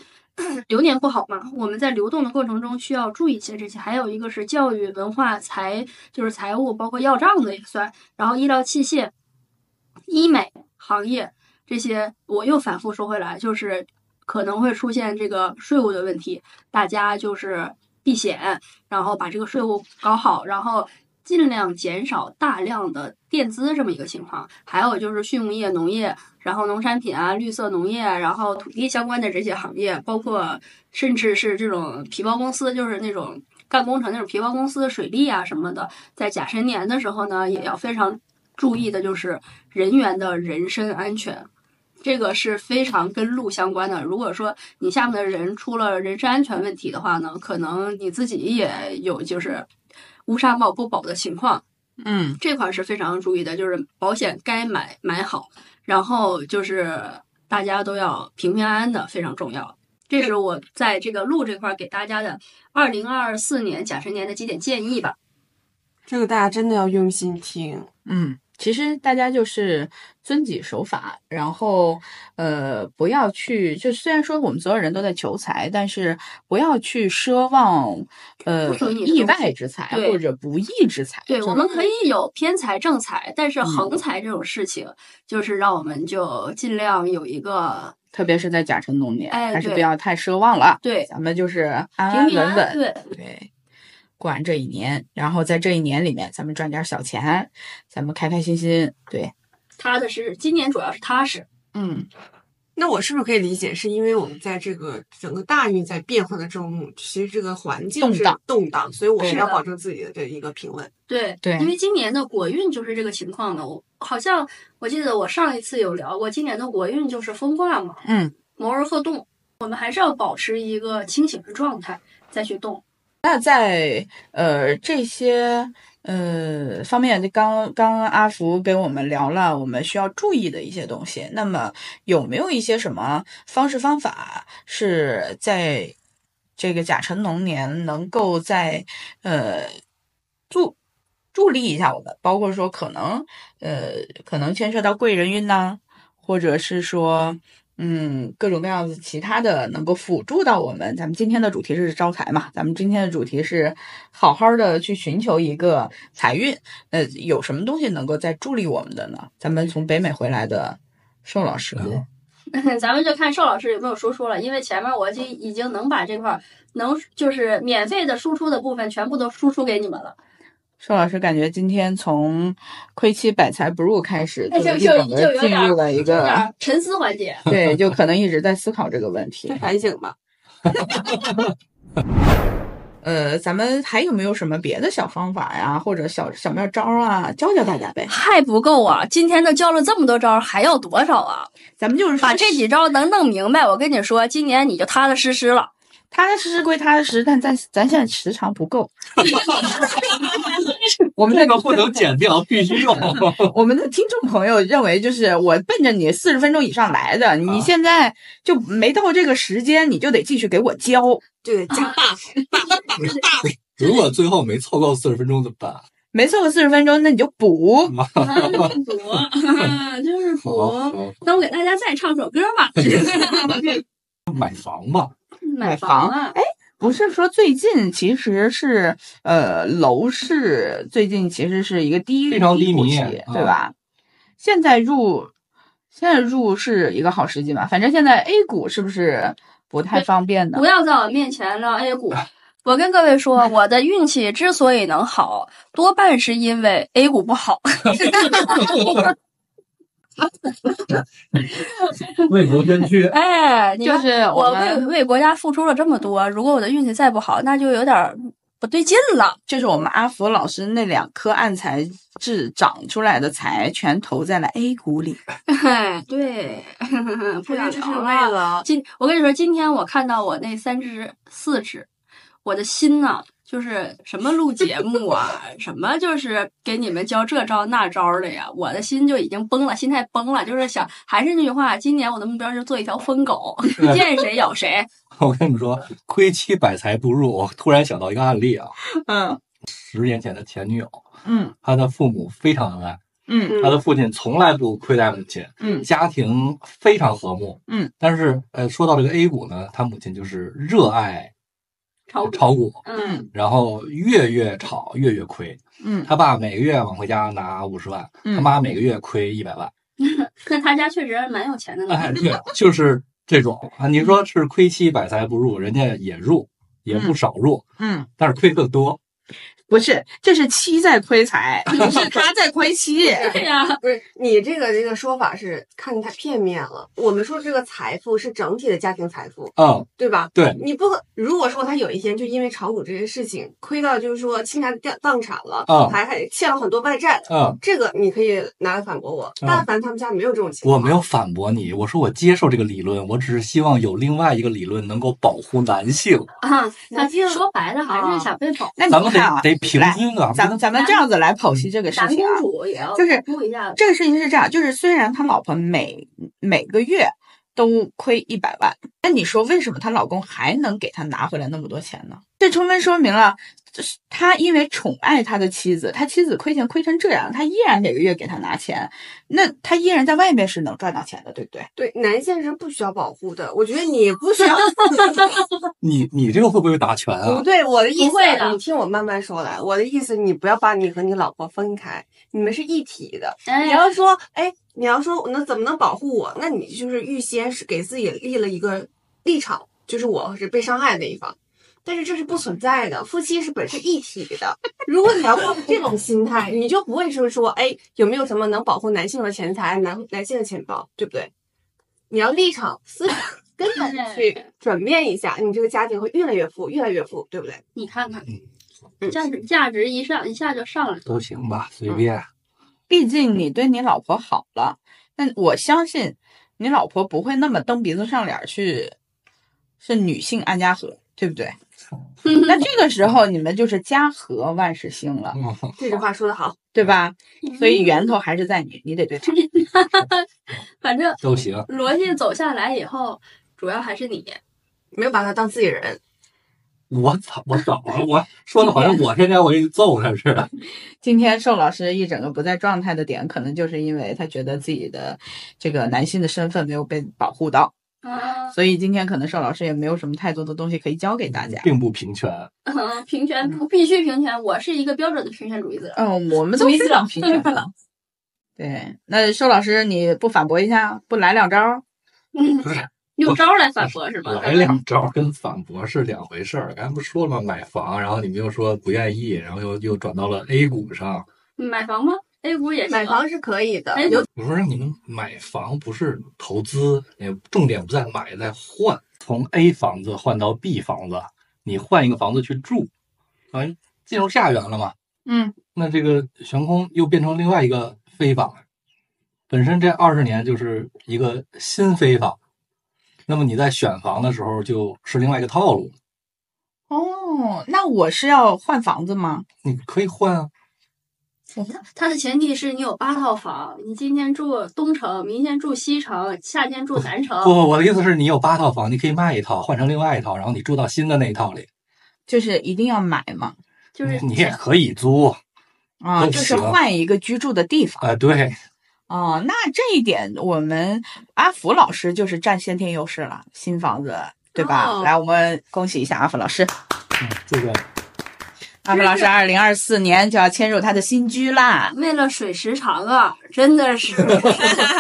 [SPEAKER 1] (clears throat) 流年不好嘛，我们在流动的过程中需要注意一些这些，还有一个是教育、文化、财，就是财务，包括要账的也算，然后医疗器械、医美行业这些，我又反复说回来，就是可能会出现这个税务的问题，大家就是避险，然后把这个税务搞好，然后尽量减少大量的垫资这么一个情况。还有就是畜牧业、农业，然后农产品啊、绿色农业，然后土地相关的这些行业，包括甚至是这种皮包公司，就是那种干工程那种皮包公司、水利啊什么的，在甲申年的时候呢，也要非常注意的就是人员的人身安全。这个是非常跟路相关的。如果说你下面的人出了人身安全问题的话呢，可能你自己也有就是无纱帽不保的情况，
[SPEAKER 5] 嗯，
[SPEAKER 1] 这块儿是非常注意的，就是保险该买买好，然后就是大家都要平平安安的，非常重要。这是我在这个路这块儿给大家的二零二四年甲辰年的几点建议吧。
[SPEAKER 2] (laughs) 这个大家真的要用心听。
[SPEAKER 5] 嗯，其实大家就是遵纪守法，然后呃，不要去就虽然说我们所有人都在求财，但是不要去奢望呃
[SPEAKER 1] 不属于你的
[SPEAKER 5] 意外之财
[SPEAKER 1] 对
[SPEAKER 5] 或者不义之财。
[SPEAKER 1] 对，
[SPEAKER 5] 就是
[SPEAKER 1] 我们可以有偏财正财，但是横财这种事情，就是让我们就尽量有一个
[SPEAKER 5] 特别是在甲辰龙年，
[SPEAKER 1] 哎
[SPEAKER 5] 还是
[SPEAKER 1] 对
[SPEAKER 5] 不要太奢望了。
[SPEAKER 1] 对
[SPEAKER 5] 咱们就是安
[SPEAKER 1] 平
[SPEAKER 5] 安
[SPEAKER 1] 平
[SPEAKER 5] 稳
[SPEAKER 1] 安安
[SPEAKER 5] 稳，
[SPEAKER 1] 对。
[SPEAKER 5] 对，过完这一年，然后在这一年里面，咱们赚点小钱，咱们开开心心。对，
[SPEAKER 1] 踏踏实实。今年主要是踏实，
[SPEAKER 5] 嗯，
[SPEAKER 2] 那我是不是可以理解，是因为我们在这个整个大运在变化的中，其实这个环境是
[SPEAKER 5] 动荡
[SPEAKER 2] 动荡，所以我
[SPEAKER 5] 对
[SPEAKER 2] 是
[SPEAKER 1] 的
[SPEAKER 2] 要保证自己的这一个平稳。
[SPEAKER 1] 对
[SPEAKER 5] 对
[SPEAKER 1] 因为今年的国运就是这个情况嘛。我好像我记得我上一次有聊过，今年的国运就是风卦嘛，
[SPEAKER 5] 嗯，
[SPEAKER 1] 谋而后动，我们还是要保持一个清醒的状态再去动。
[SPEAKER 5] 那在呃这些呃方面，就刚刚阿福给我们聊了我们需要注意的一些东西。那么有没有一些什么方式方法是在这个甲辰龙年能够在呃助助力一下我们？包括说可能呃可能牵涉到贵人运呐、或者是说。嗯，各种各样的其他的能够辅助到我们。咱们今天的主题是招财嘛，咱们今天的主题是好好的去寻求一个财运。呃，有什么东西能够再助力我们的呢？咱们从北美回来的寿老师，
[SPEAKER 1] (laughs)
[SPEAKER 3] 嗯
[SPEAKER 1] 咱们就看邵老师有没有输出了，因为前面我就已经能把这块儿能就是免费的输出的部分全部都输出给你们了，
[SPEAKER 5] 寿老师感觉今天从亏妻百财不入开始，
[SPEAKER 1] 哎
[SPEAKER 5] 就
[SPEAKER 1] 就
[SPEAKER 5] 一整
[SPEAKER 1] 就
[SPEAKER 5] 个
[SPEAKER 1] 有
[SPEAKER 5] 进
[SPEAKER 1] 点
[SPEAKER 5] 入了一
[SPEAKER 1] 有点
[SPEAKER 5] 个，
[SPEAKER 1] 儿沉思环节。
[SPEAKER 5] 对，就可能一直在思考这个问题。
[SPEAKER 2] 反省吧。
[SPEAKER 5] 呃，咱们还有没有什么别的小方法呀，或者小小妙招啊，教教大家呗？
[SPEAKER 1] 还不够啊！今天都教了这么多招，还要多少啊？
[SPEAKER 5] 咱们就是
[SPEAKER 1] (laughs)
[SPEAKER 5] 说
[SPEAKER 1] 把这几招能弄明白，我跟你说，今年你就踏踏实实了。 (laughs)
[SPEAKER 5] 踏踏实实归踏踏实实，但咱咱现在时长不够。我
[SPEAKER 3] (laughs)
[SPEAKER 5] 们
[SPEAKER 3] 这
[SPEAKER 5] 的
[SPEAKER 3] 个不能剪掉，必须用。 (laughs)
[SPEAKER 5] 我们的听众朋友认为，就是我奔着你四十分钟以上来的，
[SPEAKER 3] 啊
[SPEAKER 5] 你现在就没到这个时间，你就得继续给我教。
[SPEAKER 2] 对，加大
[SPEAKER 3] 如果最后没凑够四十分钟怎么 (laughs) 办？
[SPEAKER 5] 没凑够四十分钟，那你就补。
[SPEAKER 3] 嗯
[SPEAKER 1] 哎 (laughs) 博，啊就是
[SPEAKER 3] 好
[SPEAKER 1] 博。那我给大家再唱首歌吧。
[SPEAKER 3] 买房吧， (laughs)
[SPEAKER 1] 买房啊，
[SPEAKER 5] 不是说最近其实是呃楼市最近其实是一个低
[SPEAKER 3] 非常低
[SPEAKER 5] 谷
[SPEAKER 3] 迷
[SPEAKER 5] 期，
[SPEAKER 3] 啊
[SPEAKER 5] 对吧？现在入现在入是一个好时机嘛，反正现在 A 股是不是不太
[SPEAKER 1] 对
[SPEAKER 5] 方便呢
[SPEAKER 1] 不？要在我面前聊 A 股。我跟各位说，我的运气之所以能好，多半是因为 A 股不好。 (laughs)
[SPEAKER 3] 为国捐躯。
[SPEAKER 1] 哎，你
[SPEAKER 5] 就
[SPEAKER 1] 看
[SPEAKER 5] 是
[SPEAKER 1] 我为
[SPEAKER 5] 们，
[SPEAKER 1] 为国家付出了这么多，如果我的运气再不好，那就有点儿不对劲了。
[SPEAKER 5] 就是我们阿福老师那两颗暗财痣长出来的财，全投在了 A 股里。
[SPEAKER 1] 对，
[SPEAKER 2] 不
[SPEAKER 1] (laughs) 不
[SPEAKER 2] 然
[SPEAKER 1] 想
[SPEAKER 2] 就
[SPEAKER 1] 聊了。
[SPEAKER 2] 是为了
[SPEAKER 1] 今我跟你说，今天我看到我那三只、四只，我的心呐，就是什么录节目啊，什么就是给你们教这招那招的呀，我的心就已经崩了，心态崩了，就是想，还是那句话，今年我的目标是做一条疯狗，见谁咬谁。嗯
[SPEAKER 3] 我跟你们说，亏妻百财不入。我突然想到一个案例啊，
[SPEAKER 5] (laughs) 嗯
[SPEAKER 3] 十年前的前女友，
[SPEAKER 5] 嗯
[SPEAKER 3] 她的父母非常恩爱，
[SPEAKER 5] 嗯
[SPEAKER 3] 他的父亲从来不亏待母亲，
[SPEAKER 5] 嗯
[SPEAKER 3] 家庭非常和睦，
[SPEAKER 5] 嗯。
[SPEAKER 3] 但是，呃，说到这个 A 股呢，他母亲就是热爱
[SPEAKER 1] 炒股，
[SPEAKER 3] 炒股，
[SPEAKER 1] 嗯，
[SPEAKER 3] 然后月月炒，月月亏。
[SPEAKER 5] 嗯
[SPEAKER 3] 他爸每个月往回家拿五十万，
[SPEAKER 5] 嗯
[SPEAKER 3] 他妈每个月亏一百万。
[SPEAKER 1] 那他家确实还蛮有钱
[SPEAKER 5] 嗯
[SPEAKER 1] 的呢。
[SPEAKER 3] 哎，对，就是这种啊。你说是亏妻百财不入，人家也入，也不少入，
[SPEAKER 5] 嗯，
[SPEAKER 3] 但是亏的多。
[SPEAKER 5] 不是，这是妻在亏 (laughs) 财，不是他在亏妻。
[SPEAKER 1] (laughs) 对呀、
[SPEAKER 2] 不是你这个这个说法是看得太片面了。我们说这个财富是整体的家庭财富，
[SPEAKER 3] 嗯，
[SPEAKER 2] 对吧？
[SPEAKER 3] 对，
[SPEAKER 2] 你不可如果说他有一天就因为炒股这些事情亏到，就是说倾家荡荡产了，
[SPEAKER 3] 啊
[SPEAKER 2] 还还欠了很多外债，
[SPEAKER 3] 嗯，
[SPEAKER 2] 这个你可以拿来反驳我。
[SPEAKER 3] 嗯
[SPEAKER 2] 但凡他们家没有这种情
[SPEAKER 3] 我
[SPEAKER 2] 况，
[SPEAKER 3] 没有反驳你，我说我接受这个理论，我只是希望有另外一个理论能够保护男性。
[SPEAKER 1] 啊，那
[SPEAKER 2] 男性
[SPEAKER 1] 说白了还是想被保护。
[SPEAKER 5] (laughs) 那
[SPEAKER 3] 咱
[SPEAKER 5] 你
[SPEAKER 3] 们
[SPEAKER 5] 看啊
[SPEAKER 3] 得，得平均啊，
[SPEAKER 5] 咱们咱们这样子来剖析这个事
[SPEAKER 1] 男
[SPEAKER 5] 情
[SPEAKER 1] 公。
[SPEAKER 5] 啊
[SPEAKER 1] 主也要
[SPEAKER 5] 就是
[SPEAKER 1] 顾一下，
[SPEAKER 5] 这个事情是这样，就是虽然他老婆每每个月都亏一百万，那你说为什么她老公还能给她拿回来那么多钱呢？这充分说明了，就是他因为宠爱他的妻子，他妻子亏钱亏成这样，他依然每个月给他拿钱，那他依然在外面是能赚到钱的，对不对？
[SPEAKER 2] 对男性是不需要保护的。我觉得你不
[SPEAKER 3] (laughs)
[SPEAKER 2] 需要， (laughs)
[SPEAKER 3] 你你这个会不会打拳啊
[SPEAKER 2] 不？对，我的意
[SPEAKER 1] 不
[SPEAKER 2] 思
[SPEAKER 1] 会
[SPEAKER 2] 啊，
[SPEAKER 1] 的
[SPEAKER 2] 你听我慢慢说来。我的意思，你不要把你和你老婆分开，你们是一体的。
[SPEAKER 1] 哎
[SPEAKER 2] 你
[SPEAKER 1] 呀，
[SPEAKER 2] 要说，哎，你要说那怎么能保护我？那你就是预先是给自己立了一个立场，就是我是被伤害的那一方。但是这是不存在的，夫妻是本是一体的。如果你要抱着这种心态，你就不会说说，哎，有没有什么能保护男性的钱财、男男性的钱包，对不对？你要立场思想根本去转变一下，你这个家庭会越来越富，越来越富，对不对？
[SPEAKER 1] 你看看，价值价值一上一下就上来了。
[SPEAKER 3] 都行吧，随
[SPEAKER 5] 嗯
[SPEAKER 3] 便。
[SPEAKER 5] 毕竟你对你老婆好了，那我相信你老婆不会那么蹬鼻子上脸儿去，是女性安家和，
[SPEAKER 7] (laughs)
[SPEAKER 5] 对不对？那这个时候你们就是家和万事兴了，
[SPEAKER 3] 嗯，
[SPEAKER 2] 这句话说得好，
[SPEAKER 5] 对吧？
[SPEAKER 1] 嗯
[SPEAKER 5] 所以源头还是在你，你
[SPEAKER 7] (laughs)
[SPEAKER 5] 得对她。
[SPEAKER 1] 反正
[SPEAKER 3] 都行。
[SPEAKER 1] 逻辑走下来以后，主要还是你。
[SPEAKER 2] 没有把他当自己人。
[SPEAKER 3] 我操！我怎么了？
[SPEAKER 5] (laughs)
[SPEAKER 3] 我说的好像我天天我给你揍他似的。
[SPEAKER 5] 今天寿老师一整个不在状态的点，可能就是因为他觉得自己的这个男性的身份没有被保护到，
[SPEAKER 1] 啊，
[SPEAKER 5] 所以今天可能寿老师也没有什么太多的东西可以教给大家。
[SPEAKER 3] 并不平权。
[SPEAKER 1] 嗯 (laughs) 平权不必须平权，我是一个标准的平权主义者。
[SPEAKER 5] 嗯，我们都
[SPEAKER 7] 没
[SPEAKER 5] 是
[SPEAKER 7] 讲
[SPEAKER 5] 平权的。对，那寿老师你不反驳一下，不来两招儿？
[SPEAKER 1] 嗯， (laughs) 用招儿来反驳是
[SPEAKER 3] (laughs)
[SPEAKER 1] 吗？
[SPEAKER 3] 来两招跟反驳是两回事儿。刚才不说了吗？买房，然后你们又说不愿意，然后又又转到了 A 股上。
[SPEAKER 1] 买房吗？A 股也行
[SPEAKER 2] 买房是可以的，
[SPEAKER 1] 哎
[SPEAKER 2] 有
[SPEAKER 3] 我说让你们买房不是投资，也重点不在买，在换。从 A 房子换到 B 房子，你换一个房子去住，啊，进入下元了嘛？
[SPEAKER 5] 嗯，
[SPEAKER 3] 那这个悬空又变成另外一个非法，本身这二十年就是一个新非法。那么你在选房的时候就是另外一个套路，
[SPEAKER 5] 哦，那我是要换房子吗？
[SPEAKER 3] 你可以换啊，
[SPEAKER 1] 它的前提是你有八套房，你今天住东城，明天住西城，夏天住南城。
[SPEAKER 3] 不不，我的意思是你有八套房，你可以卖一套，换成另外一套，然后你住到新的那一套里，
[SPEAKER 5] 就是一定要买吗？
[SPEAKER 1] 就是
[SPEAKER 3] 你也可以租。
[SPEAKER 5] 啊，
[SPEAKER 3] 都
[SPEAKER 5] 就是
[SPEAKER 3] 行
[SPEAKER 5] 换一个居住的地方
[SPEAKER 3] 啊、对，
[SPEAKER 5] 哦，那这一点我们阿福老师就是占先天优势了，新房子对吧？
[SPEAKER 2] 哦
[SPEAKER 5] 来，我们恭喜一下阿福老 (laughs) 师，
[SPEAKER 3] 嗯，这个
[SPEAKER 5] 阿福老师二零二四年就要迁入他的新居 (laughs) 啦。
[SPEAKER 1] 为了水时长啊，真的是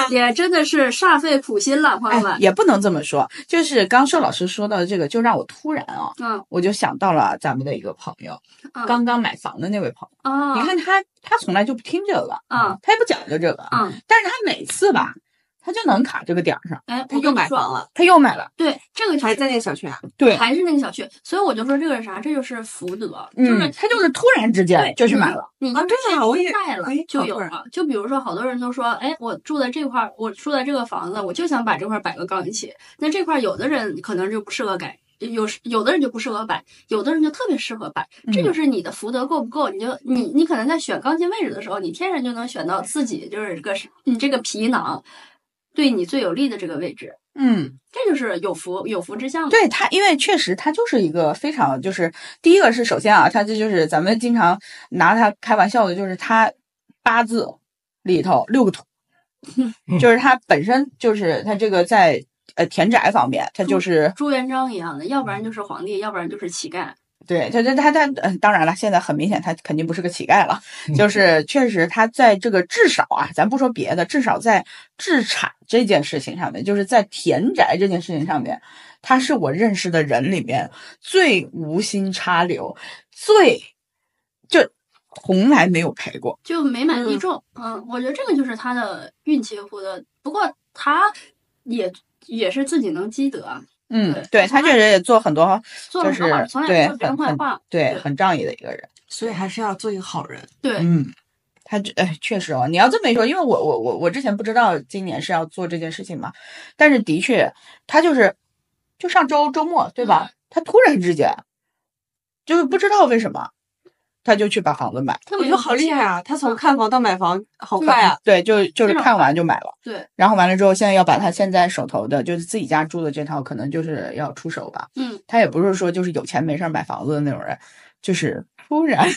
[SPEAKER 1] 也真的是煞费苦心了，朋友
[SPEAKER 5] 哎，
[SPEAKER 1] 们。
[SPEAKER 5] 也不能这么说，就是刚寿老师说到的这个，就让我突然啊、
[SPEAKER 1] 嗯
[SPEAKER 5] 我就想到了咱们的一个朋友，
[SPEAKER 1] 嗯
[SPEAKER 5] 刚刚买房的那位朋友。
[SPEAKER 1] 啊，
[SPEAKER 5] 你看他，他从来就不听这个，
[SPEAKER 1] 啊
[SPEAKER 5] 他也不讲究这个，
[SPEAKER 1] 啊，
[SPEAKER 5] 但是他每次吧，他就能卡这个点儿上，
[SPEAKER 1] 哎，
[SPEAKER 2] 他又买房了，
[SPEAKER 5] 他又买了。
[SPEAKER 1] 对这个
[SPEAKER 2] 还在那个小区啊。
[SPEAKER 5] 对，
[SPEAKER 1] 还是那个小区，所以我就说这个是啥？这就是福德，就是
[SPEAKER 5] 嗯，他就是突然之间
[SPEAKER 1] 对，嗯
[SPEAKER 5] 就去买了。
[SPEAKER 1] 你。你
[SPEAKER 2] 啊对啊我也
[SPEAKER 1] 带了
[SPEAKER 2] 哎好
[SPEAKER 1] 就有
[SPEAKER 2] 突然
[SPEAKER 1] 了，就比如说，好多人都说，哎，我住在这块儿，我住在这个房子，我就想把这块儿摆个钢琴。那这块儿有的人可能就不适合改，有有的人就不适合摆，有的人就特别适合摆。这
[SPEAKER 5] 嗯
[SPEAKER 1] 就是你的福德够不够？你就你你可能在选钢琴位置的时候，你天然就能选到自己就是这个你这个皮囊对你最有利的这个位置，
[SPEAKER 5] 嗯，
[SPEAKER 1] 这就是有福有福之相嘛。
[SPEAKER 5] 对他，因为确实他就是一个非常，就是第一个是首先啊，他这就是咱们经常拿他开玩笑的，就是他八字里头六
[SPEAKER 1] (laughs)
[SPEAKER 5] 个土，就是它本身就是它这个在呃田宅方面，它
[SPEAKER 1] 嗯
[SPEAKER 5] 就是
[SPEAKER 1] 朱元璋一样的，要不
[SPEAKER 5] 嗯
[SPEAKER 1] 然就是皇帝，要不然就是乞丐。
[SPEAKER 5] 对，他他他他，嗯，当然了，现在很明显，他肯定不是个乞丐了，就是确实他在这个至少啊，咱不说别的，至少在制产这件事情上面，就是在田宅这件事情上面，他是我认识的人里面最无心插柳，最就从来没有赔过。
[SPEAKER 1] 就没买地中。嗯我觉得这个就是他的运气或者，不过他也也是自己能积德啊，
[SPEAKER 5] 嗯，对他确实也做很多
[SPEAKER 1] 做了
[SPEAKER 5] 就
[SPEAKER 1] 好事儿，
[SPEAKER 5] 是
[SPEAKER 1] 从来
[SPEAKER 5] 对
[SPEAKER 1] 不说别人
[SPEAKER 5] 很
[SPEAKER 1] 坏话。
[SPEAKER 5] 对
[SPEAKER 1] 对
[SPEAKER 5] 很仗义的一个人。
[SPEAKER 2] 所以还是要做一个好人。
[SPEAKER 1] 对，
[SPEAKER 5] 嗯，他这哎，确实哦，你要这么一说，因为我我我我之前不知道今年是要做这件事情嘛，但是的确，他就是就上周周末对吧？
[SPEAKER 1] 嗯
[SPEAKER 5] 他突然之间就是不知道为什么，他就去把房子买，
[SPEAKER 1] 特
[SPEAKER 2] 我
[SPEAKER 1] 别
[SPEAKER 2] 觉得好厉害啊！他从看房到买房好
[SPEAKER 1] 对
[SPEAKER 2] 快啊！
[SPEAKER 5] 对，就就是
[SPEAKER 1] 这种
[SPEAKER 5] 看完就买了，
[SPEAKER 1] 对，
[SPEAKER 5] 然后完了之后，现在要把他现在手头的，就是自己家住的这套，可能就是要出手吧。
[SPEAKER 1] 嗯，
[SPEAKER 5] 他也不是说就是有钱没事儿买房子的那种人，就是突然。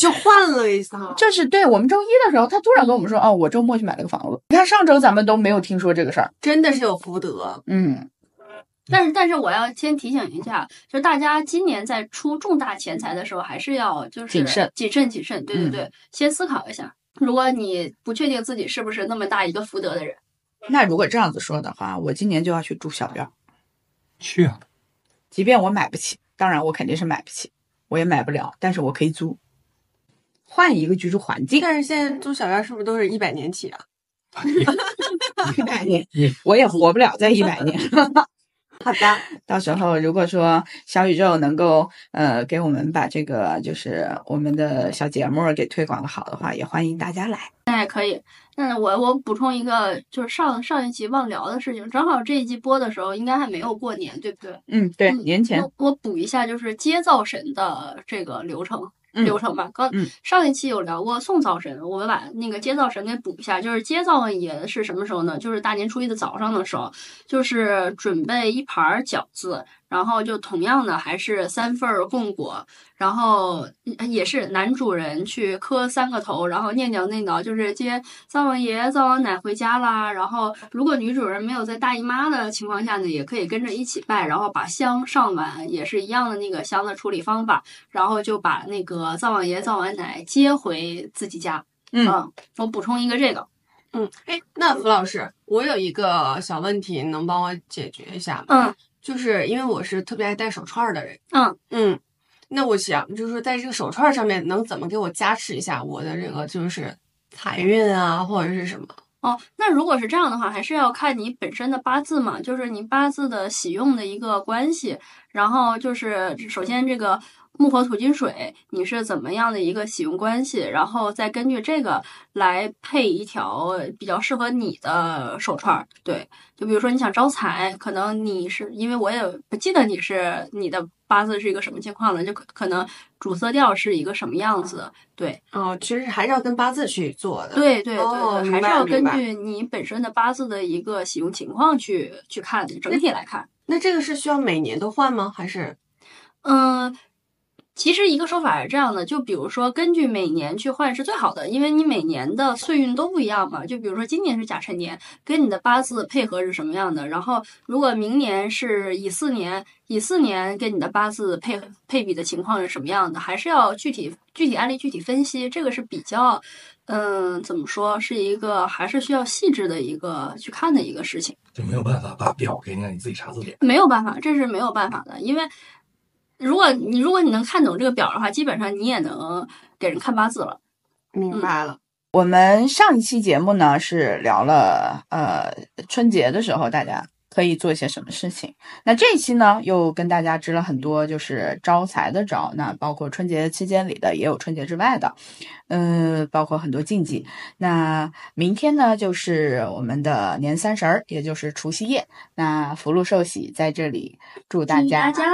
[SPEAKER 2] 就换了一下，
[SPEAKER 5] 就是对我们周一的时候，他突然跟我们说，哦，我周末去买了个房子。你看上周咱们都没有听说这个事儿，
[SPEAKER 2] 真的是有福 (laughs) 德。
[SPEAKER 5] 嗯，
[SPEAKER 1] 但是但是我要先提醒一下，就是大家今年在出重大钱财的时候，还是要就是
[SPEAKER 5] 谨慎嗯
[SPEAKER 1] 谨慎、谨慎。对对对，先思考一下。如果你不确定自己是不是那么大一个福德的人，
[SPEAKER 5] 那如果这样子说的话，我今年就要去住小院儿，
[SPEAKER 3] 去啊，
[SPEAKER 5] 即便我买不起，当然我肯定是买不起，我也买不了，但是我可以租，换一个居住环 (laughs) 境。
[SPEAKER 2] 但是现在租小院是不是都是一百年起啊？
[SPEAKER 5] 一百年，我也活不了在一百年。 (laughs)
[SPEAKER 2] 好的，
[SPEAKER 5] 到时候如果说小宇宙能够呃给我们把这个就是我们的小节目儿给推广的好的话，也欢迎大家来。
[SPEAKER 1] 那我我补充一个，就是上上一期忘聊的事情，正好这一季播的时候应该还没有过年，对不对？
[SPEAKER 5] 嗯，对，
[SPEAKER 1] 嗯
[SPEAKER 5] 年前
[SPEAKER 1] 我我补一下，就是接灶神的这个流程。
[SPEAKER 5] 嗯
[SPEAKER 1] 流程吧，刚、
[SPEAKER 5] 嗯
[SPEAKER 1] 上一期有聊过送灶神，我们把那个接灶神给补一下。就是接灶也是什么时候呢？就是大年初一的早上的时候，就是准备一盘儿饺子，然后就同样的还是三份儿供果，然后呃也是男主人去磕三个头，然后念叨念叨，就是接灶王爷、灶王奶回家啦。然后如果女主人没有在大姨妈的情况下呢，也可以跟着一起拜，然后把香上完，也是一样的那个香的处理方法，然后就把那个灶王爷、灶王奶接回自己家。
[SPEAKER 5] 嗯
[SPEAKER 1] 我补充一个这个，
[SPEAKER 2] (laughs) 嗯，哎，那福老师，我有一个小问题，能帮我解决一下吗？
[SPEAKER 1] 嗯，
[SPEAKER 2] 就是因为我是特别爱戴手串儿的人。
[SPEAKER 1] 嗯
[SPEAKER 2] 嗯，那我想就是在这个手串儿上面能怎么给我加持一下我的这个就是财运啊，或者是什么？
[SPEAKER 1] 哦，那如果是这样的话，还是要看你本身的八字嘛，就是你八字的喜用的一个关系。然后就是首先这个木火土金水，你是怎么样的一个喜用关系，然后再根据这个来配一条比较适合你的手串儿。对，就比如说你想招财，可能你是因为我也不记得你是你的八字是一个什么情况了，就可可能主色调是一个什么样子。对，
[SPEAKER 2] 哦，其实还是要跟八字去做的。，
[SPEAKER 1] 对对对对，
[SPEAKER 2] 哦明
[SPEAKER 1] 还是
[SPEAKER 2] 白
[SPEAKER 1] 要
[SPEAKER 2] 明
[SPEAKER 1] 根
[SPEAKER 2] 白
[SPEAKER 1] 据你本身的八字的一个使用情况去去看的，整体来看，
[SPEAKER 2] 那这个是需要每年都换吗？还是
[SPEAKER 1] 嗯。其实一个说法是这样的，就比如说根据每年去换是最好的，因为你每年的岁运都不一样嘛。就比如说今年是甲辰年，跟你的八字配合是什么样的，然后如果明年是乙巳年，乙巳年跟你的八字配合配比的情况是什么样的，还是要具体具体案例具体分析，这个是比较，嗯，怎么说，是一个还是需要细致的一个去看的一个事情。
[SPEAKER 3] 就没有办法把表给你，你自己查字典。
[SPEAKER 1] 没有办法，这是没有办法的，因为如果你如果你能看懂这个表的话，基本上你也能给人看八字了。
[SPEAKER 2] 明白了？
[SPEAKER 5] 我们上一期节目呢是聊了呃春节的时候大家可以做一些什么事情。那这一期呢又跟大家支了很多就是招财的招，那包括春节期间里的，也有春节之外的，嗯，包括很多禁忌。那明天呢就是我们的年三十儿，也就是除夕夜。那福禄寿喜在这里祝大家
[SPEAKER 1] 大家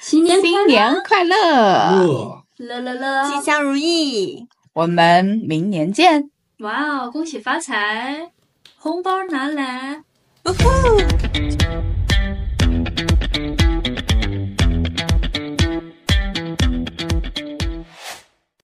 [SPEAKER 1] 新年
[SPEAKER 5] 新年快
[SPEAKER 3] 啊
[SPEAKER 5] 乐！
[SPEAKER 1] 乐
[SPEAKER 3] 乐，
[SPEAKER 1] 乐乐！
[SPEAKER 2] 吉祥如意。
[SPEAKER 5] 我们明年见。
[SPEAKER 1] 哇哦，恭喜发财，红包拿来！